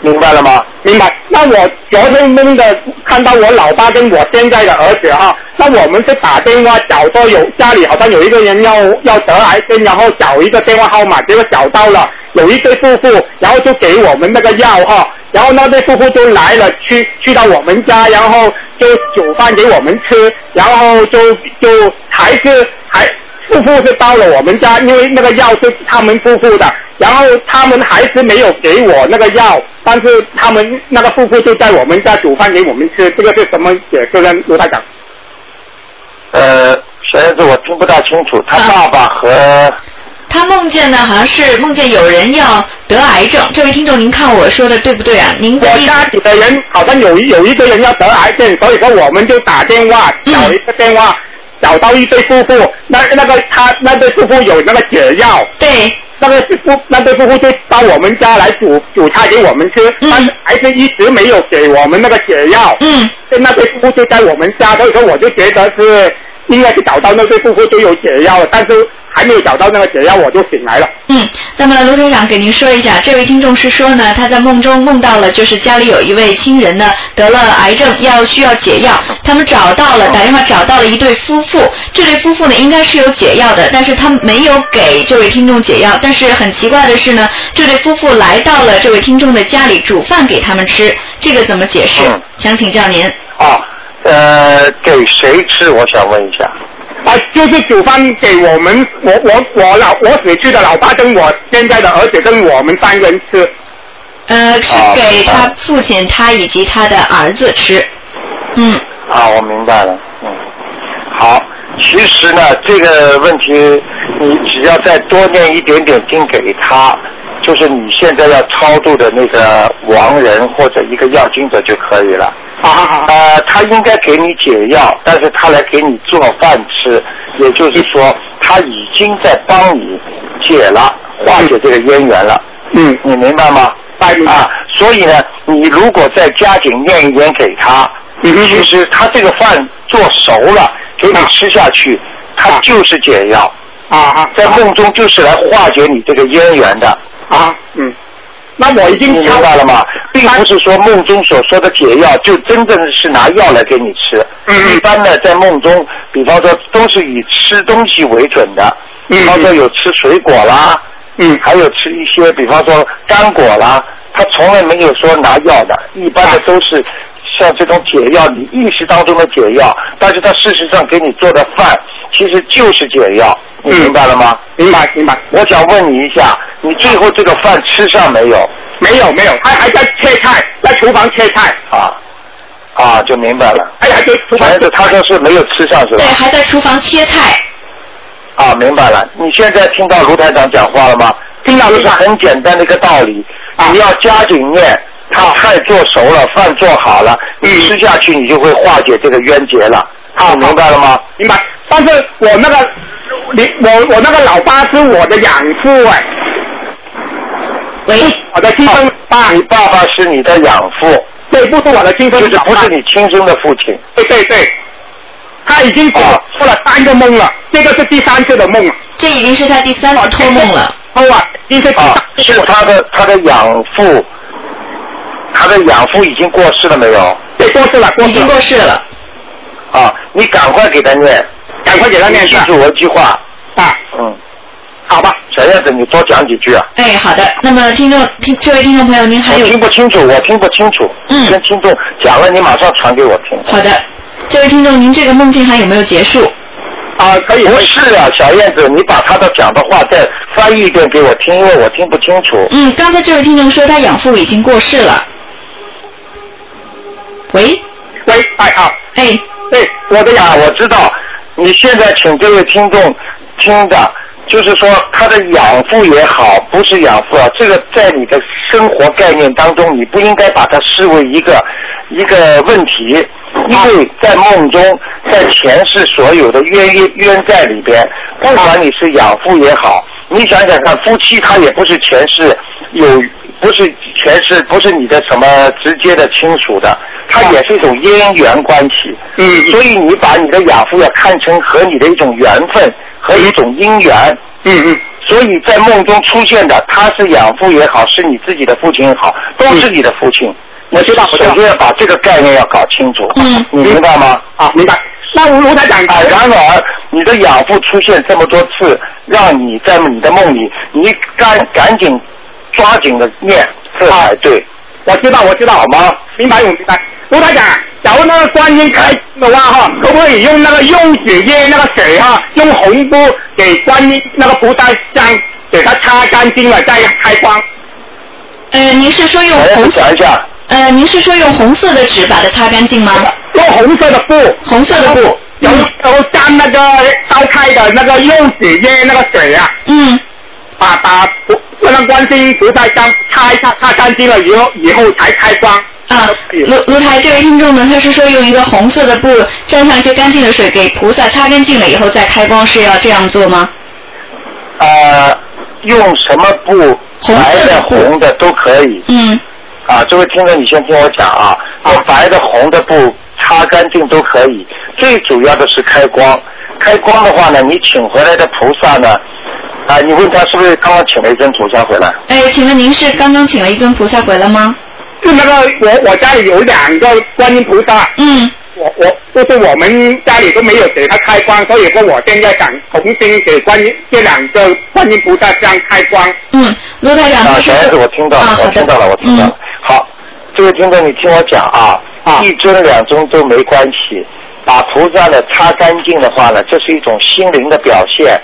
Speaker 2: 明白了吗？
Speaker 7: 明白。那我昨天梦的看到我老爸跟我现在的儿子哈，那我们是打电话找说有家里好像有一个人要要得癌症，然后找一个电话号码，结果找到了，有一对夫妇，然后就给我们那个药哈，然后那对夫妇就来了，去去到我们家，然后就煮饭给我们吃，然后就就还是还。夫妇是到了我们家，因为那个药是他们夫妇的，然后他们还是没有给我那个药，但是他们那个夫妇就在我们家煮饭给我们吃，这个是什么解释呢？卢台长，
Speaker 2: 呃，小燕子，我听不大清楚，
Speaker 7: 啊
Speaker 2: 他爸爸和、
Speaker 1: 他梦见呢，好像是梦见有人要得癌症。这位听众，您看我说的对不对啊？您的
Speaker 7: 我
Speaker 1: 意
Speaker 7: 家里的人好像有一有一个人要得癌症，所以说我们就打电话
Speaker 1: 嗯
Speaker 7: 找一个电话。找到一对夫妇，那那个他那对夫妇有那个解药，
Speaker 1: 对，
Speaker 7: 那个夫那对夫妇就到我们家来煮煮菜给我们吃，但是还是一直没有给我们那个解药。
Speaker 1: 嗯，
Speaker 7: 就那对夫妇就在我们家，所以说我就觉得是应该是找到那对夫妇就有解药了，但是还没有找到那个解药，我就醒来了。
Speaker 1: 嗯，那么卢台长给您说一下，这位听众是说呢，他在梦中梦到了，就是家里有一位亲人呢得了癌症，要需要解药，他们找到了，打电话找到了一对夫妇，这对夫妇呢应该是有解药的，但是他没有给这位听众解药，但是很奇怪的是呢，这对夫妇来到了这位听众的家里煮饭给他们吃，这个怎么解释？
Speaker 2: 嗯
Speaker 1: 想请教您。
Speaker 2: 啊，呃，给谁吃？我想问一下。
Speaker 7: 啊，就是煮饭给我们，我我我老我死去的老爸跟我现在的儿子跟我们三个人吃。
Speaker 1: 呃，是
Speaker 2: 啊
Speaker 1: 给他
Speaker 2: 啊
Speaker 1: 父亲、他以及他的儿子吃。嗯，
Speaker 2: 啊，我明白了，嗯，好，其实呢，这个问题你只要再多念一点点经给他，就是你现在要超度的那个亡人或者一个要经者就可以了。
Speaker 7: 好好好。
Speaker 2: 呃，他应该给你解药，但是他来给你做饭吃，也就是说，他已经在帮你解了、化解这个渊源了。
Speaker 7: 嗯，
Speaker 2: 你明白吗？
Speaker 7: 拜明白
Speaker 2: 啊，所以呢，你如果再加紧念一点给他，
Speaker 7: 嗯哼
Speaker 2: 其实他这个饭做熟了，给你吃下去，他就是解药，
Speaker 7: 啊啊
Speaker 2: 在梦中就是来化解你这个渊源的。
Speaker 7: 啊，嗯，那我已
Speaker 2: 你
Speaker 7: 经
Speaker 2: 明
Speaker 7: 敲
Speaker 2: 白了吗？并不是说梦中所说的解药，就真正是拿药来给你吃。
Speaker 7: 嗯
Speaker 2: 一般呢，在梦中，比方说都是以吃东西为准的，
Speaker 7: 嗯
Speaker 2: 比方说有吃水果啦，
Speaker 7: 嗯
Speaker 2: 还有吃一些，比方说干果啦，他从来没有说拿药的，一般的都是像这种解药，你意识当中的解药，但是他事实上给你做的饭，其实就是解药，你
Speaker 7: 嗯
Speaker 2: 明白了吗？
Speaker 7: 明白明白，
Speaker 2: 我想问你一下，你最后这个饭吃上没有？
Speaker 7: 没有没有，还还在切菜，在厨房切菜，
Speaker 2: 啊啊，就明白了。
Speaker 7: 哎呀，就厨房
Speaker 2: 反
Speaker 7: 切
Speaker 2: 正他说是没有吃上是吧
Speaker 1: 对，？还在厨房切菜。
Speaker 2: 啊，明白了。你现在听到卢台长讲话了吗？
Speaker 7: 听到
Speaker 2: 就
Speaker 7: 了
Speaker 2: 是
Speaker 7: 吧？
Speaker 2: 很简单的一个道理，
Speaker 7: 啊
Speaker 2: 你要加紧念，他菜做熟了，饭做好了，你
Speaker 7: 嗯啊
Speaker 2: 吃下去，你就会化解这个冤结了。
Speaker 7: 好
Speaker 2: 你明白了吗？
Speaker 7: 明白，但是我那个你我我那个老爸是我的养父哎，
Speaker 1: 喂，
Speaker 7: 我的亲生爸，
Speaker 2: 啊你爸爸是你的养父，
Speaker 7: 对，不是我的亲
Speaker 2: 就
Speaker 7: 生
Speaker 2: 是
Speaker 7: 老
Speaker 2: 不
Speaker 7: 爸
Speaker 2: 是，你亲生的父亲。啊
Speaker 7: 对对对，他已经给我做了三个梦了，这个是第三次的梦了，
Speaker 1: 这已经是他第三次托梦了。
Speaker 7: 哦啊，这是第
Speaker 2: 啊
Speaker 7: 三，次
Speaker 2: 是他的他的养父，他的养父已经过世了没有？
Speaker 7: 对，过世了，过
Speaker 1: 已
Speaker 7: 世
Speaker 1: 经
Speaker 7: 了
Speaker 1: 过，世了。
Speaker 2: 啊，你赶快给他念，
Speaker 7: 赶快给他念
Speaker 2: 你记
Speaker 7: 上
Speaker 2: 住我一句话，
Speaker 7: 啊，
Speaker 2: 嗯，
Speaker 7: 好吧，
Speaker 2: 小燕子，你多讲几句啊。
Speaker 1: 哎，好的。那么听众听这位听众朋友，您还
Speaker 2: 我
Speaker 1: 有
Speaker 2: 听不清楚，我听不清楚。
Speaker 1: 嗯
Speaker 2: 跟听众讲了，你马上传给我听。
Speaker 1: 好的，这位听众，您这个梦境还有没有结束？
Speaker 7: 啊，可以，
Speaker 2: 不
Speaker 7: 可以
Speaker 2: 是啊，小燕子，你把他的讲的话再翻译一遍给我听，因为我听不清楚。
Speaker 1: 嗯，刚才这位听众说他养父已经过世了。喂，
Speaker 7: 喂，哎好。
Speaker 1: 哎，
Speaker 7: 对，我的
Speaker 2: 啊
Speaker 7: 养，
Speaker 2: 我知道。你现在请这位听众听着，就是说他的养父也好，不是养父啊，这个在你的生活概念当中，你不应该把它视为一个一个问题，因为在梦中，在前世所有的冤冤冤债里边，不管你是养父也好，你想想看，夫妻他也不是前世有。不是前世，不是你的什么直接的亲属的，它也是一种姻缘关系。嗯，所以你把你的养父要看成和你的一种缘分和一种姻缘。嗯嗯。所以在梦中出现的，他是养父也好，是你自己的父亲也好，都是你的父亲。嗯我知道，我首先要把这个概念要搞清楚。嗯。你明白吗？
Speaker 4: 啊，明白。那我我再讲
Speaker 2: 啊，然而你的养父出现这么多次，让你在你的梦里，你赶赶紧抓紧的念，这才对。
Speaker 4: 啊我知道，我知道，好吗？明白，我明白。卢台长，假如那个观音开的话哈，可不可以用那个用血液那个水哈，用红布给观音那个菩萨像给它擦干净了再开光？
Speaker 1: 呃，您是说用
Speaker 2: 哎我
Speaker 1: 红
Speaker 2: 想一下，
Speaker 1: 呃，您是说用红色的纸把它擦干净吗？
Speaker 4: 用红色的布，
Speaker 1: 红色的布。
Speaker 4: 然后然后沾那个烧开的那个用血液那个水啊，
Speaker 1: 嗯，
Speaker 4: 把把菩那个观世音菩萨像擦一下擦干净了以后以后才开光。
Speaker 1: 啊，卢卢台这位听众呢，他是说用一个红色的布沾上一些干净的水，给菩萨擦干净了以后再开光，是要这样做吗？
Speaker 2: 呃，用什么布，
Speaker 1: 红
Speaker 2: 白
Speaker 1: 色的
Speaker 2: 的、
Speaker 1: 布
Speaker 2: 红的都可以。
Speaker 1: 嗯，
Speaker 2: 啊，这位听众，你先听我讲啊，用白的、红的布擦干净都可以，最主要的是开光。开光的话呢，你请回来的菩萨呢，啊，你问他是不是刚刚请了一尊菩萨回来？
Speaker 1: 哎，请问您是刚刚请了一尊菩萨回来吗？
Speaker 4: 是那个我我家里有两个观音菩萨，
Speaker 1: 嗯，
Speaker 4: 我我就是我们家里都没有给他开光，所以说我现在想重新给观音这两个观音菩萨像开光。
Speaker 1: 嗯，卢台长，
Speaker 2: 啊，
Speaker 1: 他
Speaker 2: 小
Speaker 1: 说
Speaker 2: 孩子，我听到了
Speaker 1: 啊，，好
Speaker 2: 我
Speaker 1: 的，
Speaker 2: 听到了，我听到了。好，这位听众，你听我讲啊，
Speaker 4: 啊
Speaker 2: 一尊两尊都没关系，把菩萨呢擦干净的话呢，这是一种心灵的表现。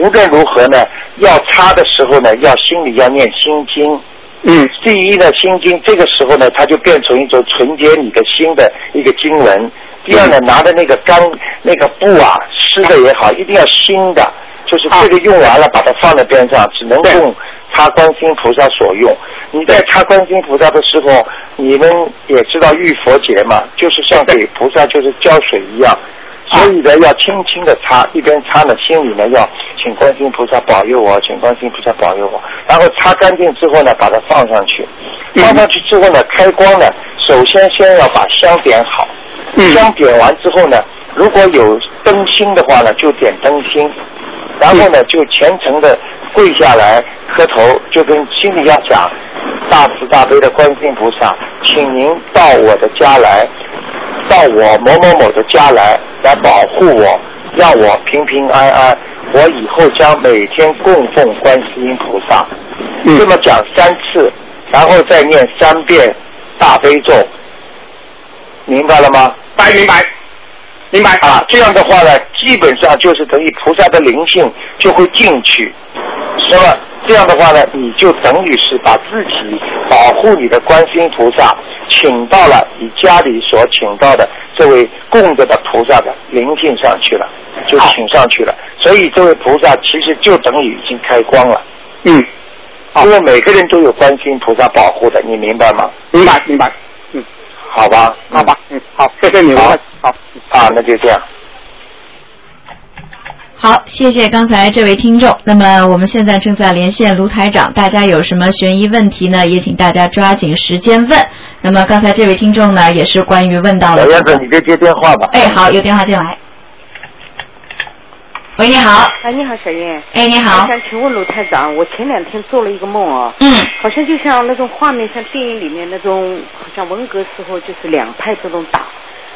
Speaker 2: 无论如何呢，要擦的时候呢，要心里要念心经。
Speaker 4: 嗯
Speaker 2: 第一呢，心经这个时候呢，它就变成一种纯洁你的心的一个经文。第二呢，拿的那个干那个布啊，湿的也好，一定要新的，就是这个用完了，把它放在边上，只能
Speaker 4: 对
Speaker 2: 供擦观世音菩萨所用。你在擦观世音菩萨的时候，你们也知道浴佛节嘛，就是像给菩萨就是浇水一样。所以呢，要轻轻的擦，一边擦呢，心里呢要请观世音菩萨保佑我，请观世音菩萨保佑我。然后擦干净之后呢，把它放上去，放上去之后呢，开光呢，首先先要把香点好，
Speaker 4: 嗯
Speaker 2: 香点完之后呢，如果有灯芯的话呢，就点灯芯，然后呢就虔诚的跪下来磕头，就跟心里要讲，大慈大悲的观世音菩萨，请您到我的家来，到我某某某的家来，来保护我，让我平平安安。我以后将每天供奉观世音菩萨，这么讲三次，然后再念三遍大悲咒，明白了吗？
Speaker 4: 白明白，明白
Speaker 2: 啊，这样的话呢，基本上就是等于菩萨的灵性就会进去。那么这样的话呢，你就等于是把自己保护你的观世音菩萨请到了你家里所请到的这位供着的菩萨的灵性上去了，就请上去了。所以这位菩萨其实就等于已经开光了，啊
Speaker 4: 嗯，
Speaker 2: 因为每个人都有观世音菩萨保护的，你明白吗？
Speaker 4: 明白明白，嗯，
Speaker 2: 好吧，
Speaker 4: 好吧，嗯，好，谢谢你，
Speaker 2: 好
Speaker 4: 好，
Speaker 2: 啊，那就这样。
Speaker 1: 嗯好，谢谢刚才这位听众。那么我们现在正在连线卢台长，大家有什么悬疑问题呢？也请大家抓紧时间问。那么刚才这位听众呢，也是关于问到了
Speaker 2: 老爷子，你就接电话吧。
Speaker 1: 哎，好，有电话进来。喂，你好。
Speaker 3: 哎，你好，小燕。
Speaker 1: 哎，你
Speaker 3: 我
Speaker 1: 好。
Speaker 3: 想请问卢台长，我前两天做了一个梦哦，
Speaker 1: 嗯
Speaker 3: 好像就像那种画面，像电影里面那种，好像文革时候就是两派这种打，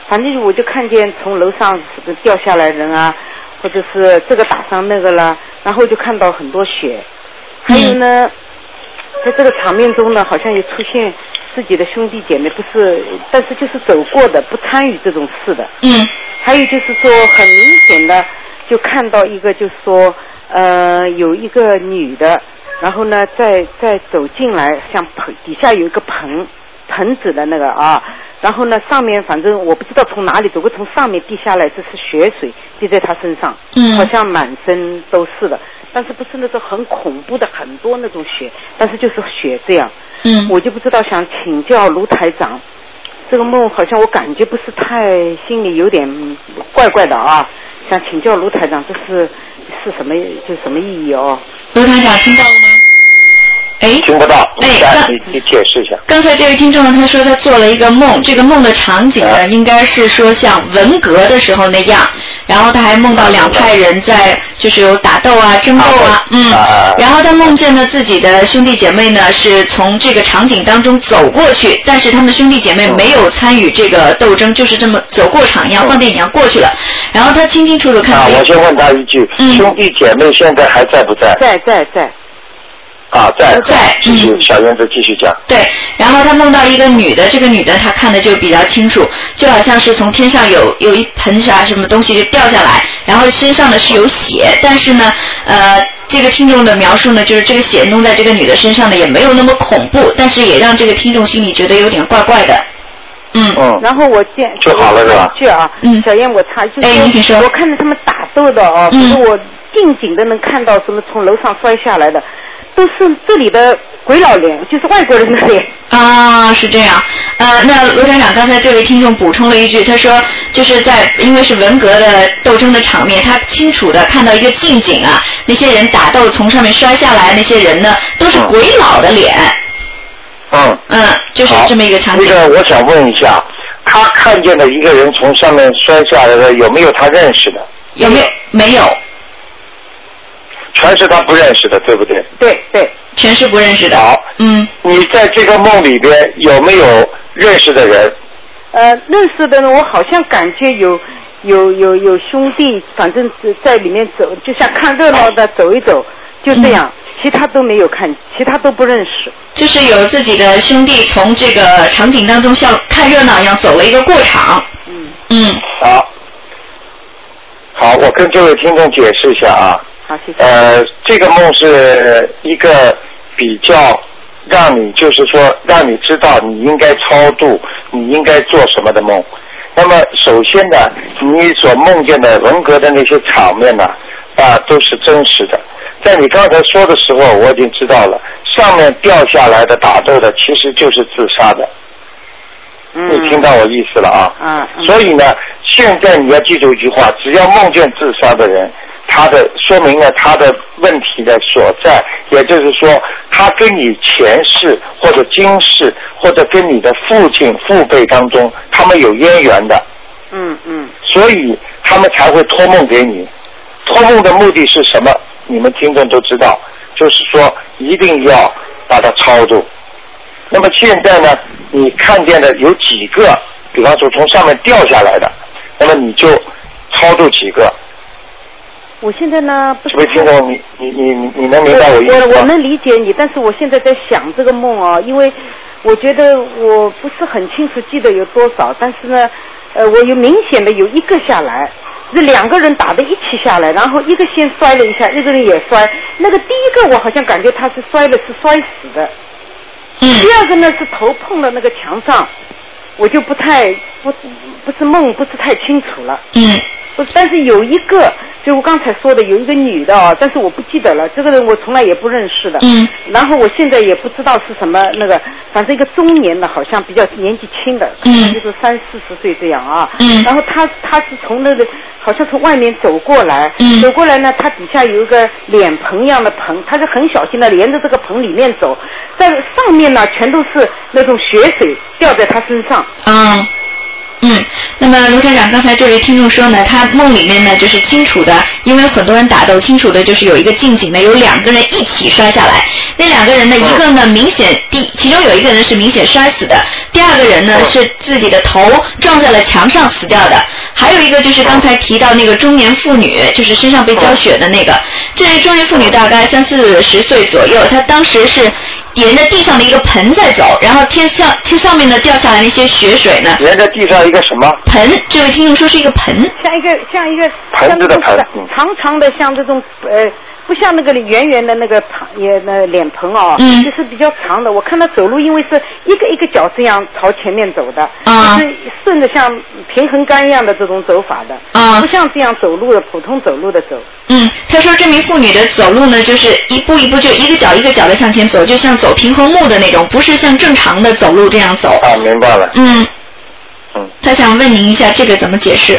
Speaker 3: 反正我就看见从楼上什么掉下来人啊，或者是这个打伤那个了，然后就看到很多血，还有呢，在这个场面中呢，好像也出现自己的兄弟姐妹，不是，但是就是走过的，不参与这种事的。
Speaker 1: 嗯
Speaker 3: 还有就是说，很明显的就看到一个，就是说，呃，有一个女的，然后呢，再再走进来，像盆底下有一个盆盆子的那个啊，然后呢，上面反正我不知道从哪里走，过从上面滴下来，这是血水滴在她身上，
Speaker 1: 嗯
Speaker 3: 好像满身都是的。但是不是那种很恐怖的很多那种血，但是就是血这样。
Speaker 1: 嗯
Speaker 3: 我就不知道想请教卢台长，这个梦好像我感觉不是太，心里有点怪怪的啊，想请教卢台长，这是是什么就什么意义哦？
Speaker 1: 卢台长听到了吗？哎，
Speaker 2: 听不到，
Speaker 1: 哎
Speaker 2: 你再
Speaker 1: 那
Speaker 2: 你你解释一下。
Speaker 1: 刚才这位听众呢，他说他做了一个梦，这个梦的场景
Speaker 2: 啊
Speaker 1: 呢，应该是说像文革的时候那样。然后他还梦到两派人在就是有打斗啊、争斗啊，嗯
Speaker 2: 啊。
Speaker 1: 然后他梦见呢自己的兄弟姐妹呢是从这个场景当中走过去，但是他们的兄弟姐妹没有参与这个斗争，就是这么走过场一样，放电影一样过去了。然后他清清楚楚看
Speaker 2: 啊
Speaker 1: 到，
Speaker 2: 我先问他一句，
Speaker 1: 嗯
Speaker 2: 兄弟姐妹现在还在不在？
Speaker 3: 在在在，
Speaker 2: 啊，在
Speaker 1: 都，在
Speaker 2: 继续，
Speaker 1: 嗯
Speaker 2: 小燕子继续讲。
Speaker 1: 对，然后他梦到一个女的，这个女的她看的就比较清楚，就好像是从天上有有一盆啥什么东西就掉下来，然后身上呢是有血，但是呢，呃，这个听众的描述呢，就是这个血弄在这个女的身上呢，也没有那么恐怖，但是也让这个听众心里觉得有点怪怪的。嗯，
Speaker 2: 嗯，
Speaker 3: 然后我见
Speaker 2: 就好了是吧
Speaker 3: 去啊，
Speaker 1: 嗯
Speaker 3: 小燕我插一句，
Speaker 1: 哎你请说
Speaker 3: 我看着他们打斗的哦，
Speaker 1: 嗯
Speaker 3: 不是我近景的能看到什么从楼上摔下来的，都是这里的鬼佬脸，就是外国人的脸。
Speaker 1: 啊，是这样。呃，那罗台长刚才这位听众补充了一句，他说就是在因为是文革的斗争的场面，他清楚的看到一个近景啊，那些人打斗从上面摔下来，那些人呢都是鬼佬的脸，
Speaker 2: 嗯，
Speaker 1: 嗯，就是
Speaker 2: 好
Speaker 1: 这么一个场景。
Speaker 2: 那个我想问一下，他看见的一个人从上面摔下来的，有没有他认识的？
Speaker 1: 有没有？没有，
Speaker 2: 全是他不认识的，对不对？
Speaker 3: 对对，
Speaker 1: 全是不认识的。
Speaker 2: 好，
Speaker 1: 嗯，
Speaker 2: 你在这个梦里边有没有认识的人？
Speaker 3: 呃，认识的呢，我好像感觉有有有有兄弟，反正是在里面走，就像看热闹的走一走，就这样，
Speaker 2: 嗯
Speaker 3: 其他都没有看，其他都不认识。
Speaker 1: 就是有自己的兄弟从这个场景当中像看热闹一样走了一个过场。
Speaker 3: 嗯，
Speaker 1: 嗯，
Speaker 2: 好，啊好，我跟这位听众解释一下啊。
Speaker 3: 好，谢谢。
Speaker 2: 呃，这个梦是一个比较让你就是说让你知道你应该超度，你应该做什么的梦。那么首先呢，你所梦见的文革的那些场面呢，啊，都是真实的。在你刚才说的时候，我已经知道了，上面掉下来的打斗的其实就是自杀的。
Speaker 3: 嗯
Speaker 2: 你听到我意思了啊？
Speaker 3: 啊嗯
Speaker 2: 所以呢，现在你要记住一句话：只要梦见自杀的人，他的说明了他的问题的所在，也就是说，他跟你前世或者今世或者跟你的父亲父辈当中，他们有渊源的，
Speaker 3: 嗯嗯，
Speaker 2: 所以他们才会托梦给你。托梦的目的是什么？你们听众都知道，就是说一定要把它超度。那么现在呢，你看见的有几个，比方说从上面掉下来的，那么你就超度几个。
Speaker 3: 我现在呢不
Speaker 2: 这
Speaker 3: 是
Speaker 2: 位听
Speaker 3: 太
Speaker 2: 众，你你你你你能明白我意思吗？
Speaker 3: 我我能理解你，但是我现在在想这个梦哦，因为我觉得我不是很清楚记得有多少，但是呢，呃，我有明显的有一个下来，是两个人打的一起下来，然后一个先摔了一下，一个人也摔。那个第一个我好像感觉他是摔了是摔死的，
Speaker 1: 嗯
Speaker 3: 第二个呢是头碰了那个墙上，我就不太不不是梦不是太清楚了。
Speaker 1: 嗯
Speaker 3: 不是，但是有一个，就我刚才说的，有一个女的啊，但是我不记得了，这个人我从来也不认识的。
Speaker 1: 嗯
Speaker 3: 然后我现在也不知道是什么那个，反正一个中年的，好像比较年纪轻的，可能就是三四十岁这样啊。
Speaker 1: 嗯
Speaker 3: 然后他他是从那个，好像从外面走过来，
Speaker 1: 嗯
Speaker 3: 走过来呢，他底下有一个脸盆一样的盆，他是很小心的沿着这个盆里面走，在上面呢全都是那种血水掉在他身上。
Speaker 1: 嗯，嗯，那么卢台长，刚才这位听众说呢，他梦里面呢就是清楚的，因为有很多人打斗，清楚的就是有一个近景呢，有两个人一起摔下来，那两个人呢，一个呢明显第，其中有一个人是明显摔死的，第二个人呢是自己的头撞在了墙上死掉的，还有一个就是刚才提到那个中年妇女，就是身上被浇血的那个，这位中年妇女大概三四十岁左右，她当时是。沿着地上的一个盆在走，然后天上天上面呢掉下来那些血水呢，
Speaker 2: 人在地上一个什么？
Speaker 1: 盆，这位听众说是一个盆，
Speaker 3: 像一个像一个
Speaker 2: 盘
Speaker 3: 像
Speaker 2: 子的盘
Speaker 3: 那种长
Speaker 2: 嗯
Speaker 3: 长长的像这种呃
Speaker 8: 不像那个圆圆的那个庞也那脸盆哦，
Speaker 1: 嗯
Speaker 8: 就是比较长的。我看他走路，因为是一个一个脚这样朝前面走的，
Speaker 1: 啊
Speaker 8: 就是顺着像平衡杆一样的这种走法的，
Speaker 1: 啊
Speaker 8: 不像这样走路的普通走路的走。
Speaker 1: 嗯，他说这名妇女的走路呢，就是一步一步就一个脚一个脚的向前走，就像走平衡木的那种，不是像正常的走路这样走。
Speaker 2: 啊，明白了。
Speaker 1: 嗯，
Speaker 2: 嗯。
Speaker 1: 他想问您一下，这个怎么解释？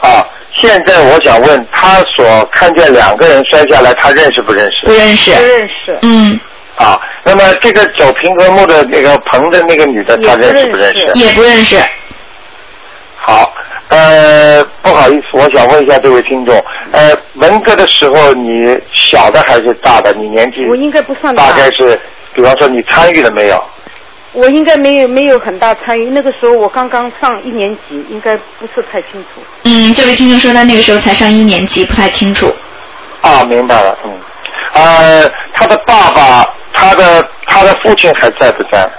Speaker 2: 啊，现在我想问，他所看见两个人摔下来，他认识不认识
Speaker 1: 不？认识。
Speaker 8: 不认识，
Speaker 1: 嗯，
Speaker 2: 啊，那么这个走平衡木的那个棚的那个女的，他认识不认
Speaker 8: 也不
Speaker 2: 识
Speaker 8: 认？
Speaker 1: 也不认识。
Speaker 2: 好，呃，不好意思，我想问一下这位听众，呃，文革的时候你小的还是大的？你年纪
Speaker 8: 我应该不算
Speaker 2: 大
Speaker 8: 大
Speaker 2: 概是，比方说你参与了没有？
Speaker 8: 我应该没有没有很大参与。那个时候我刚刚上一年级，应该不是太清楚。
Speaker 1: 嗯，这位听众说他那个时候才上一年级，不太清楚。
Speaker 2: 啊，明白了，嗯，呃，他的爸爸，他的他的父亲还在不在？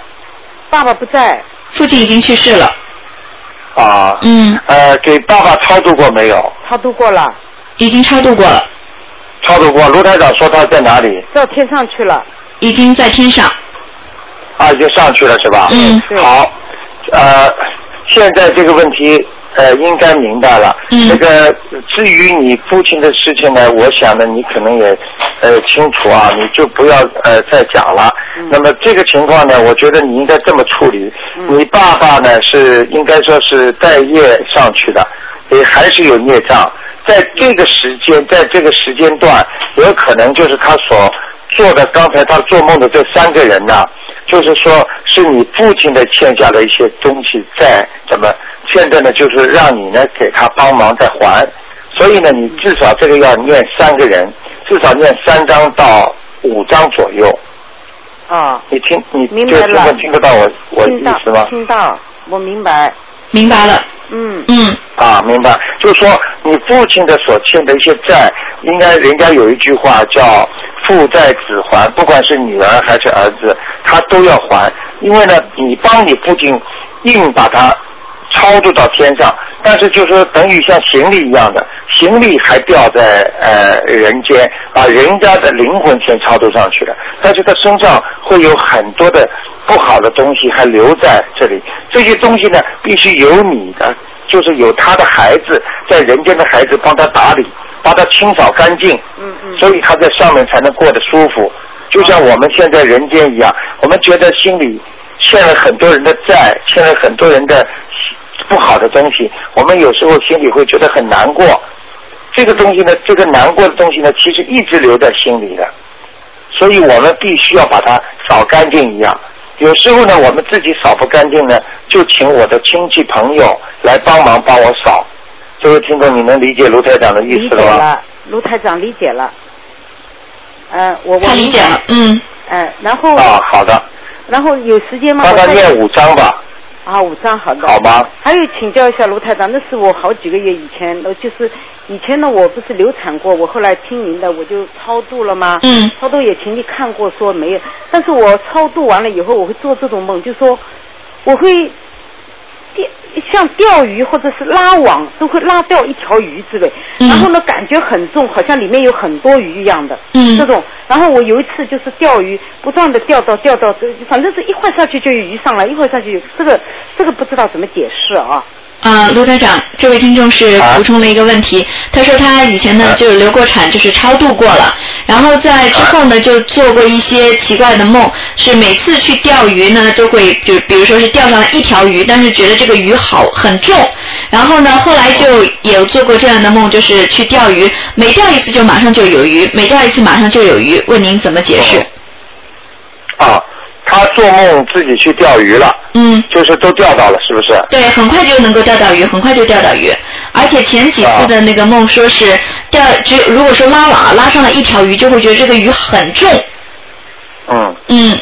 Speaker 8: 爸爸不在，
Speaker 1: 父亲已经去世了。
Speaker 2: 啊，
Speaker 1: 嗯，
Speaker 2: 呃，给爸爸超度过没有？
Speaker 8: 超度过了，
Speaker 1: 已经超度过了，
Speaker 2: 超度过，卢台长说他在哪里？
Speaker 8: 到天上去了。
Speaker 1: 已经在天上。
Speaker 2: 啊，已经上去了是吧？
Speaker 1: 嗯
Speaker 8: 是
Speaker 2: 好，呃，现在这个问题呃应该明白了。
Speaker 1: 嗯
Speaker 2: 那个至于你父亲的事情呢，我想呢你可能也呃清楚啊，你就不要呃再讲了。
Speaker 1: 嗯
Speaker 2: 那么这个情况呢，我觉得你应该这么处理。
Speaker 1: 嗯
Speaker 2: 你爸爸呢是应该说是带业上去的，也还是有孽障。在这个时间，在这个时间段，有可能就是他所做的刚才他做梦的这三个人呐，就是说是你父亲的欠下的一些东西在怎么，现在呢就是让你呢给他帮忙再还，所以呢你至少这个要念三个人，至少念三章到五章左右，
Speaker 8: 啊，
Speaker 2: 你听你
Speaker 8: 明
Speaker 2: 就
Speaker 8: 白
Speaker 2: 听得
Speaker 8: 了
Speaker 2: 听得到我我意
Speaker 8: 听到
Speaker 2: 思吗？
Speaker 8: 听到，我明白。
Speaker 1: 明白了。
Speaker 8: 嗯，
Speaker 1: 嗯
Speaker 2: 啊，明白，就是说你父亲的所欠的一些债，应该人家有一句话叫“父债子还”，不管是女儿还是儿子，他都要还，因为呢，你帮你父亲硬把他超度到天上，但是就是说等于像行李一样的，行李还掉在呃人间，把人家的灵魂先超度上去了，但是他身上会有很多的不好的东西还留在这里，这些东西呢必须由你的，就是有他的孩子在人间的孩子帮他打理，把他清扫干净，
Speaker 8: 嗯嗯
Speaker 2: 所以他在上面才能过得舒服。就像我们现在人间一样，我们觉得心里欠了很多人的债，欠了很多人的不好的东西，我们有时候心里会觉得很难过。这个东西呢，这个难过的东西呢，其实一直留在心里的，所以我们必须要把它扫干净一样。有时候呢，我们自己扫不干净呢，就请我的亲戚朋友来帮忙帮我扫。这位听众，你能理解卢台长的意
Speaker 8: 理
Speaker 2: 思
Speaker 8: 解
Speaker 2: 了吗？
Speaker 8: 了，卢台长理解了。嗯、我我
Speaker 1: 他理解了。嗯，
Speaker 8: 嗯、然后、
Speaker 2: 啊，好的，
Speaker 8: 然后有时间吗？
Speaker 2: 帮他
Speaker 8: 我再
Speaker 2: 念五章吧，
Speaker 8: 啊，五张好的。
Speaker 2: 好吗？
Speaker 8: 还有请教一下卢台长，那是我好几个月以前，呃就是以前呢，我不是流产过，我后来听您的，我就超度了吗？
Speaker 1: 嗯
Speaker 8: 超度也请你看过，说没有，但是我超度完了以后，我会做这种梦，就说我会钓像钓鱼或者是拉网，都会拉掉一条鱼之类，
Speaker 1: 嗯
Speaker 8: 然后呢感觉很重，好像里面有很多鱼一样的，
Speaker 1: 嗯
Speaker 8: 这种。然后我有一次就是钓鱼，不断的钓到钓到，反正是一会儿下去就有鱼上来，一会儿下去有这个这个不知道怎么解释啊。
Speaker 1: 呃，卢台长，这位听众是
Speaker 2: 啊
Speaker 1: 补充了一个问题，他说他以前呢
Speaker 2: 啊
Speaker 1: 就流过产，就是超度过了，然后在之后
Speaker 2: 啊
Speaker 1: 呢就做过一些奇怪的梦，是每次去钓鱼呢都会就比如说是钓上来一条鱼，但是觉得这个鱼好很重，然后呢后来就也有做过这样的梦，就是去钓鱼，每钓一次就马上就有鱼，每钓一次马上就有鱼，问您怎么解
Speaker 2: 哦
Speaker 1: 释？
Speaker 2: 啊，他做梦自己去钓鱼了，
Speaker 1: 嗯，
Speaker 2: 就是都钓到了，是不是？
Speaker 1: 对，很快就能够钓到鱼，很快就钓到鱼。而且前几次的那个梦说是钓，只如果说拉网啊拉上了一条鱼，就会觉得这个鱼很重。
Speaker 2: 嗯。
Speaker 1: 嗯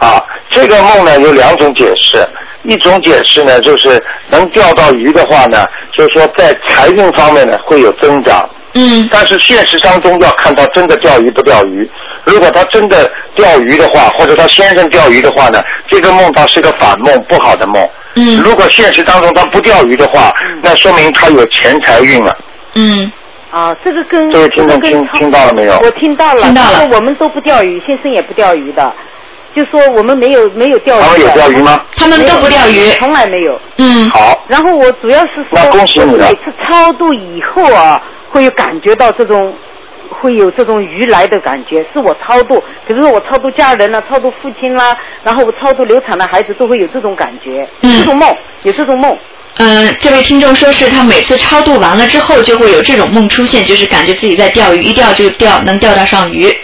Speaker 2: 啊，这个梦呢有两种解释，一种解释呢就是能钓到鱼的话呢，就是说在财运方面呢会有增长，
Speaker 1: 嗯
Speaker 2: 但是现实当中要看他真的钓鱼不钓鱼。如果他真的钓鱼的话，或者他先生钓鱼的话呢，这个梦它是个反梦，不好的梦。
Speaker 1: 嗯
Speaker 2: 如果现实当中他不钓鱼的话，那说明他有钱财运了。
Speaker 1: 嗯
Speaker 8: 啊，这个跟
Speaker 2: 这位听众
Speaker 8: 这个跟
Speaker 2: 听听到了没有
Speaker 8: 我听到了，
Speaker 1: 听到了
Speaker 8: 就是我们都不钓鱼，先生也不钓鱼的，就说我们没有没有钓鱼的。
Speaker 2: 他们有钓鱼吗？
Speaker 1: 他们都不钓鱼。
Speaker 8: 从来没有。
Speaker 1: 嗯，
Speaker 2: 好，
Speaker 8: 然后我主要是说，
Speaker 2: 那恭喜你了
Speaker 8: 每次超度以后啊，会有感觉到这种，会有这种鱼来的感觉，是我超度，比如说我超度家人啦、超度父亲啦、然后我超度流产的孩子都会有这种感觉，
Speaker 1: 嗯
Speaker 8: 这种梦有这种梦，
Speaker 1: 嗯、这位听众说是他每次超度完了之后就会有这种梦出现，就是感觉自己在钓鱼，一钓就钓能钓到上鱼。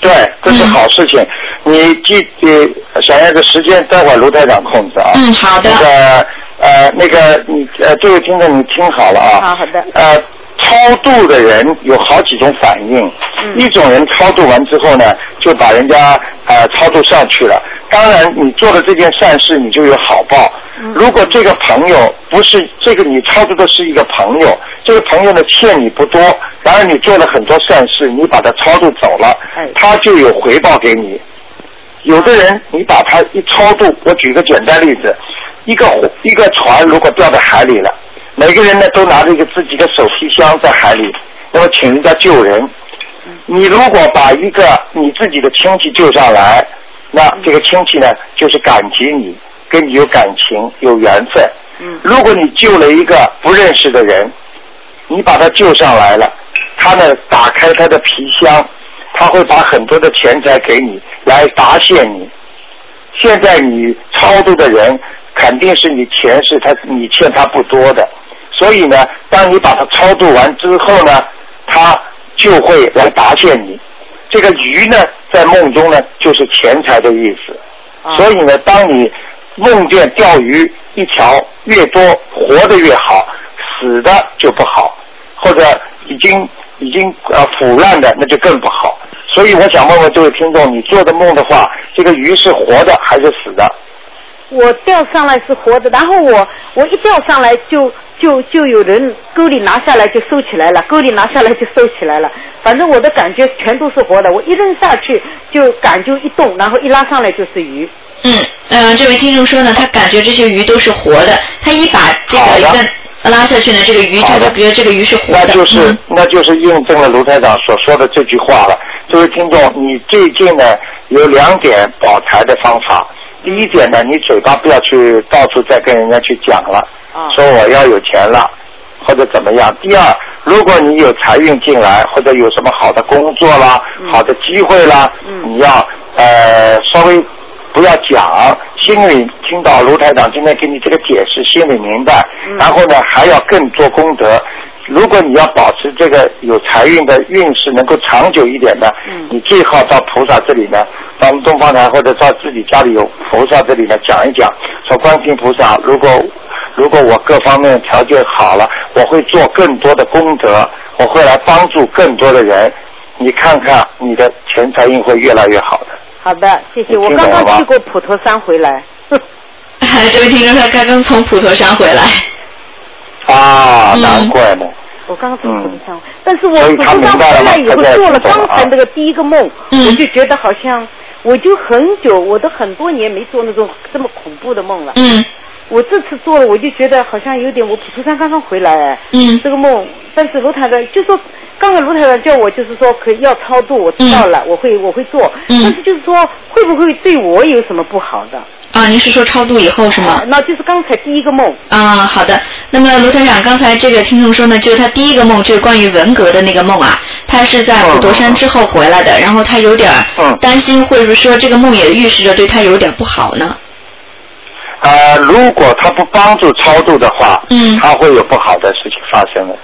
Speaker 2: 对，这是好事情。
Speaker 1: 嗯
Speaker 2: 你记呃，小燕子时间待会儿卢台长控制啊。
Speaker 1: 嗯，好的
Speaker 2: 那。个呃，那个你呃，这位听众你听好了啊。
Speaker 8: 好好的
Speaker 2: 呃，超度的人有好几种反应，
Speaker 8: 嗯
Speaker 2: 一种人超度完之后呢，就把人家呃超度上去了。当然，你做了这件善事，你就有好报。
Speaker 8: 嗯
Speaker 2: 如果这个朋友不是这个你超度的是一个朋友，这个朋友呢欠你不多，然而你做了很多善事，你把他超度走了
Speaker 8: 哎，
Speaker 2: 他就有回报给你。有的人你把他一超度，我举个简单例子，一个火一个船如果掉到海里了，每个人呢都拿着一个自己的手提箱在海里，那么请人家救人。你如果把一个你自己的亲戚救上来，那这个亲戚呢就是感激你，跟你有感情有缘分。
Speaker 8: 嗯
Speaker 2: 如果你救了一个不认识的人，你把他救上来了，他呢打开他的皮箱，他会把很多的钱财给你来答谢你。现在你超度的人肯定是你钱是他你欠他不多的，所以呢，当你把他超度完之后呢，他就会来答谢你。这个鱼呢，在梦中呢就是钱财的意思。
Speaker 8: 啊
Speaker 2: 所以呢，当你梦见钓鱼一条越多，活的越好，死的就不好，或者已经已经呃腐烂的那就更不好。所以我想问问这位听众，你做的梦的话，这个鱼是活的还是死的？
Speaker 8: 我钓上来是活的，然后我我一钓上来就就就有人沟里拿下来就收起来了，沟里拿下来就收起来了。反正我的感觉全都是活的，我一扔下去就感就一动，然后一拉上来就是鱼。
Speaker 1: 嗯嗯、这位听众说呢，他感觉这些鱼都是活的，他一把这
Speaker 2: 好
Speaker 1: 个
Speaker 2: 的
Speaker 1: 一个拉下去呢，这个鱼他
Speaker 2: 好的
Speaker 1: 就觉得这个鱼是活
Speaker 2: 那
Speaker 1: 的。
Speaker 2: 就是、
Speaker 1: 嗯
Speaker 2: 那就是印证了卢台长所说的这句话了。这位听众，你最近呢有两点保财的方法。第一点呢，你嘴巴不要去到处再跟人家去讲了，
Speaker 8: 啊
Speaker 2: 说我要有钱了。或者怎么样？第二，如果你有财运进来，或者有什么好的工作啦、好的机会啦，你要呃稍微不要讲，心里听到卢台长今天给你这个解释，心里明白。然后呢，还要更做功德。如果你要保持这个有财运的运势能够长久一点呢，
Speaker 1: 嗯
Speaker 2: 你最好到菩萨这里呢，到东方台或者到自己家里有菩萨这里呢讲一讲，说观世音菩萨，如果如果我各方面条件好了，我会做更多的功德，我会来帮助更多的人。你看看你的钱财运会越来越好的。
Speaker 8: 好的，谢谢。
Speaker 2: 你
Speaker 8: 我
Speaker 2: 听懂
Speaker 8: 刚
Speaker 2: 了吧
Speaker 8: 刚去过普陀山回来。
Speaker 1: 这位听众说刚刚从普陀山回来。
Speaker 2: 啊，
Speaker 1: 嗯
Speaker 2: 难怪呢。
Speaker 8: 我刚刚从
Speaker 2: 嗯
Speaker 8: 普陀山，但是我
Speaker 2: 所以
Speaker 8: 普
Speaker 2: 他
Speaker 8: 陀
Speaker 2: 明
Speaker 8: 山
Speaker 2: 白了
Speaker 8: 回
Speaker 2: 吗
Speaker 8: 来以后
Speaker 2: 他在
Speaker 8: 做了
Speaker 2: 听懂了
Speaker 8: 刚
Speaker 2: 啊
Speaker 8: 才那个第一个梦，
Speaker 1: 嗯
Speaker 8: 我就觉得好像我就很久，我都很多年没做那种这么恐怖的梦了。
Speaker 1: 嗯
Speaker 8: 我这次做了，我就觉得好像有点，我普陀山刚刚回来，哎
Speaker 1: 嗯
Speaker 8: 这个梦，但是卢台长就说，刚刚卢台长叫我就是说可以要超度，我知道了，我会我会做，
Speaker 1: 嗯
Speaker 8: 但是就是说会不会对我有什么不好的？啊
Speaker 1: 啊，您是说超度以后是吗？
Speaker 8: 那就是刚才第一个梦，
Speaker 1: 啊、好的。那么卢台长刚才这个听众说呢，就是他第一个梦就是关于文革的那个梦啊，他是在普陀山之后回来的，然后他有点儿
Speaker 2: 嗯
Speaker 1: 担心，或者说这个梦也预示着对他有点不好呢。
Speaker 2: 呃，如果他不帮助超度的话，
Speaker 1: 嗯
Speaker 2: 他会有不好的事情发生的。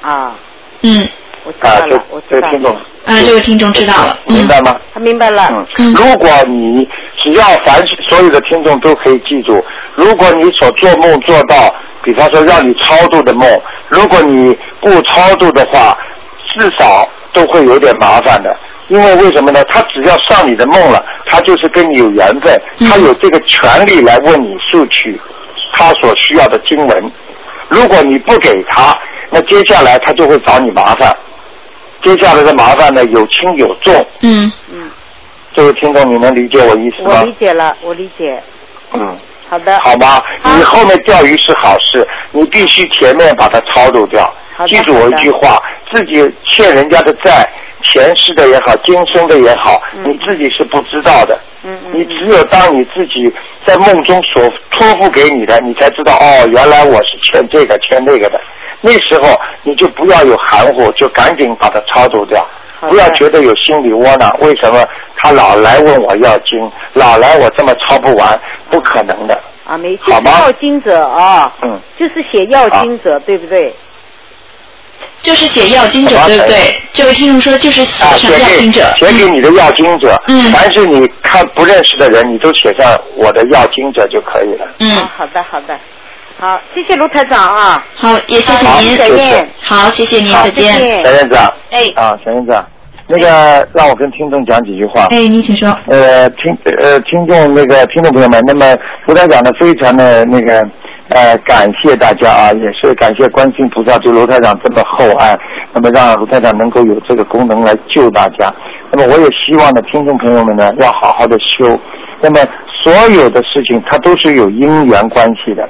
Speaker 8: 啊，
Speaker 1: 嗯，
Speaker 8: 我知
Speaker 2: 啊
Speaker 8: 道，
Speaker 2: 这
Speaker 8: 了，我
Speaker 2: 这
Speaker 8: 知道
Speaker 2: 听
Speaker 8: 了，
Speaker 2: 懂，
Speaker 1: 啊，这位听众知道了。
Speaker 2: 明
Speaker 1: 嗯
Speaker 2: 白吗？
Speaker 8: 他明白了，
Speaker 1: 嗯
Speaker 2: 如果你只要凡是所有的听众都可以记住，如果你所做梦做到，比方说让你超度的梦，如果你不超度的话，至少都会有点麻烦的。因为为什么呢？他只要上你的梦了，他就是跟你有缘分，
Speaker 1: 嗯
Speaker 2: 他有这个权利来问你索取他所需要的经文。如果你不给他，那接下来他就会找你麻烦。接下来的麻烦呢，有轻有重，
Speaker 1: 嗯
Speaker 2: 这位听众，你能理解我意思
Speaker 8: 我
Speaker 2: 吗
Speaker 8: 理？解了，我理解，
Speaker 2: 嗯，
Speaker 8: 好的，
Speaker 2: 好吗？你后面钓鱼是好事，你必须前面把它超度掉。
Speaker 8: 好的
Speaker 2: 记住我一句话，自己欠人家的债，前世的也好，今生的也好，你自己是不知道的。
Speaker 8: 嗯嗯
Speaker 2: 你只有当你自己在梦中所托付给你的，你才知道哦，原来我是欠这个欠那个的。那时候你就不要有含糊，就赶紧把它超度掉。
Speaker 8: 好的
Speaker 2: 不要觉得有心理窝囊，为什么他老来问我要经，老来我这么抄不完，不可能的。
Speaker 8: 啊，没就是
Speaker 2: 好吗
Speaker 8: 要经者啊，
Speaker 2: 嗯，
Speaker 8: 就是写要经者，对不对？
Speaker 1: 就是写要经者，
Speaker 2: 好吧
Speaker 1: 对不对？这位听众说就是写
Speaker 2: 啊，
Speaker 1: 上
Speaker 2: 写
Speaker 1: 要
Speaker 2: 给
Speaker 1: 经者，
Speaker 2: 写给你的要经者，
Speaker 1: 嗯
Speaker 2: 凡是你看不认识的人，你都写上我的要经者就可以了。
Speaker 1: 嗯
Speaker 8: 啊，，好的好的，好，谢谢卢台长啊，
Speaker 1: 好，也谢
Speaker 8: 好
Speaker 1: 谢您
Speaker 8: 再，见，
Speaker 1: 好，谢谢您，
Speaker 2: 好
Speaker 1: 再
Speaker 8: 再
Speaker 1: 见。
Speaker 8: 见
Speaker 2: 小院长，
Speaker 1: 哎
Speaker 2: 啊，小院长，那个让我跟听众讲几句话。
Speaker 1: 哎，您请说。
Speaker 2: 呃，听呃，听众那个听众朋友们，那么卢台长呢，非常的那个呃，感谢大家啊，也是感谢观世音菩萨对卢台长这么厚爱，那么让卢台长能够有这个功能来救大家。那么我也希望呢，听众朋友们呢，要好好的修。那么所有的事情，它都是有因缘关系的。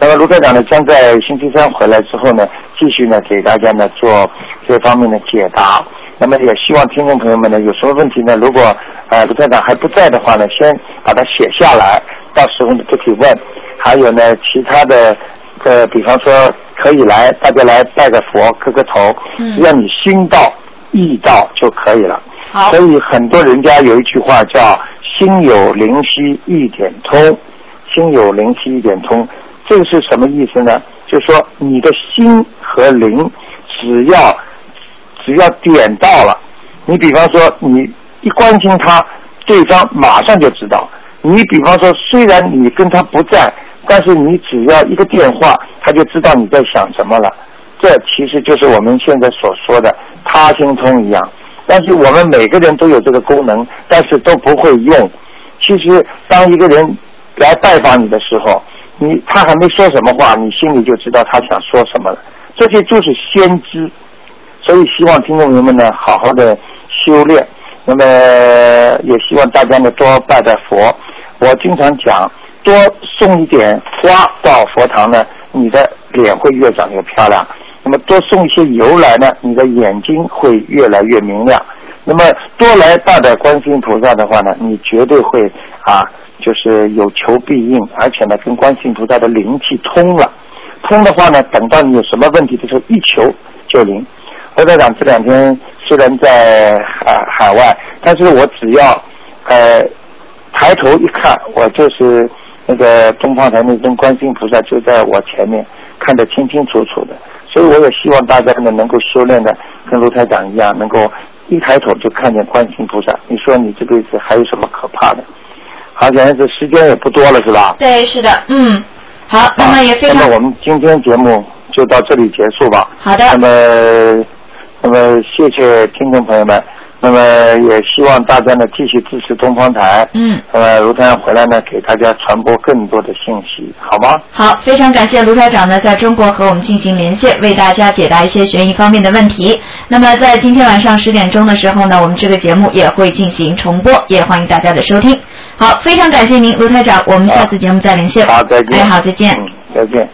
Speaker 2: 那么卢科长呢，将在星期三回来之后呢，继续呢给大家呢做这方面的解答。那么也希望听众朋友们呢，有什么问题呢？如果呃卢科长还不在的话呢，先把它写下来，到时候呢就可以问。还有呢，其他的呃，比方说可以来，大家来拜个佛，磕个头，
Speaker 1: 嗯
Speaker 2: 只要你心到意到就可以了。
Speaker 1: 好
Speaker 2: 所，以很多人家有一句话叫“心有灵犀一点通”，心有灵犀一点通，这个是什么意思呢？就是说你的心和灵，只要只要点到了，你比方说你一关心他，对方马上就知道。你比方说，虽然你跟他不在，但是你只要一个电话，他就知道你在想什么了。这其实就是我们现在所说的他心通一样。但是我们每个人都有这个功能，但是都不会用。其实当一个人来拜访你的时候，你他还没说什么话，你心里就知道他想说什么了。这些就是先知。所以希望听众朋友们呢，好好的修炼。那么也希望大家呢多拜拜佛。我经常讲，多送一点花到佛堂呢，你的脸会越长越漂亮。那么多送一些油来呢，你的眼睛会越来越明亮。那么多来拜拜观世音菩萨的话呢，你绝对会啊，就是有求必应，而且呢跟观世音菩萨的灵气通了。通的话呢，等到你有什么问题的时候，一求就灵。侯台长这两天虽然在海海外，但是我只要呃抬头一看，我就是那个东方台那尊观世音菩萨就在我前面，看得清清楚楚的。所以我也希望大家呢能够修炼的跟卢台长一样，能够一抬头就看见观世音菩萨。你说你这辈子还有什么可怕的？好，现在这时间也不多了，是吧？
Speaker 1: 对，是的，嗯，好，那么也非
Speaker 2: 那
Speaker 1: 常
Speaker 2: 么我们今天节目就到这里结束吧。
Speaker 1: 好的
Speaker 2: 那么，那么谢谢听众朋友们，那么也希望大家呢继续支持东方台。
Speaker 1: 嗯，
Speaker 2: 那么卢太阳回来呢，给大家传播更多的信息，好吗？
Speaker 1: 好，非常感谢卢台长呢，在中国和我们进行连线，为大家解答一些悬疑方面的问题。那么在今天晚上十点钟的时候呢，我们这个节目也会进行重播，也欢迎大家的收听。好，非常感谢您，卢台长，我们下次节目再连线。
Speaker 2: 好，再见。
Speaker 1: 哎，好，再见。
Speaker 2: 嗯，再见。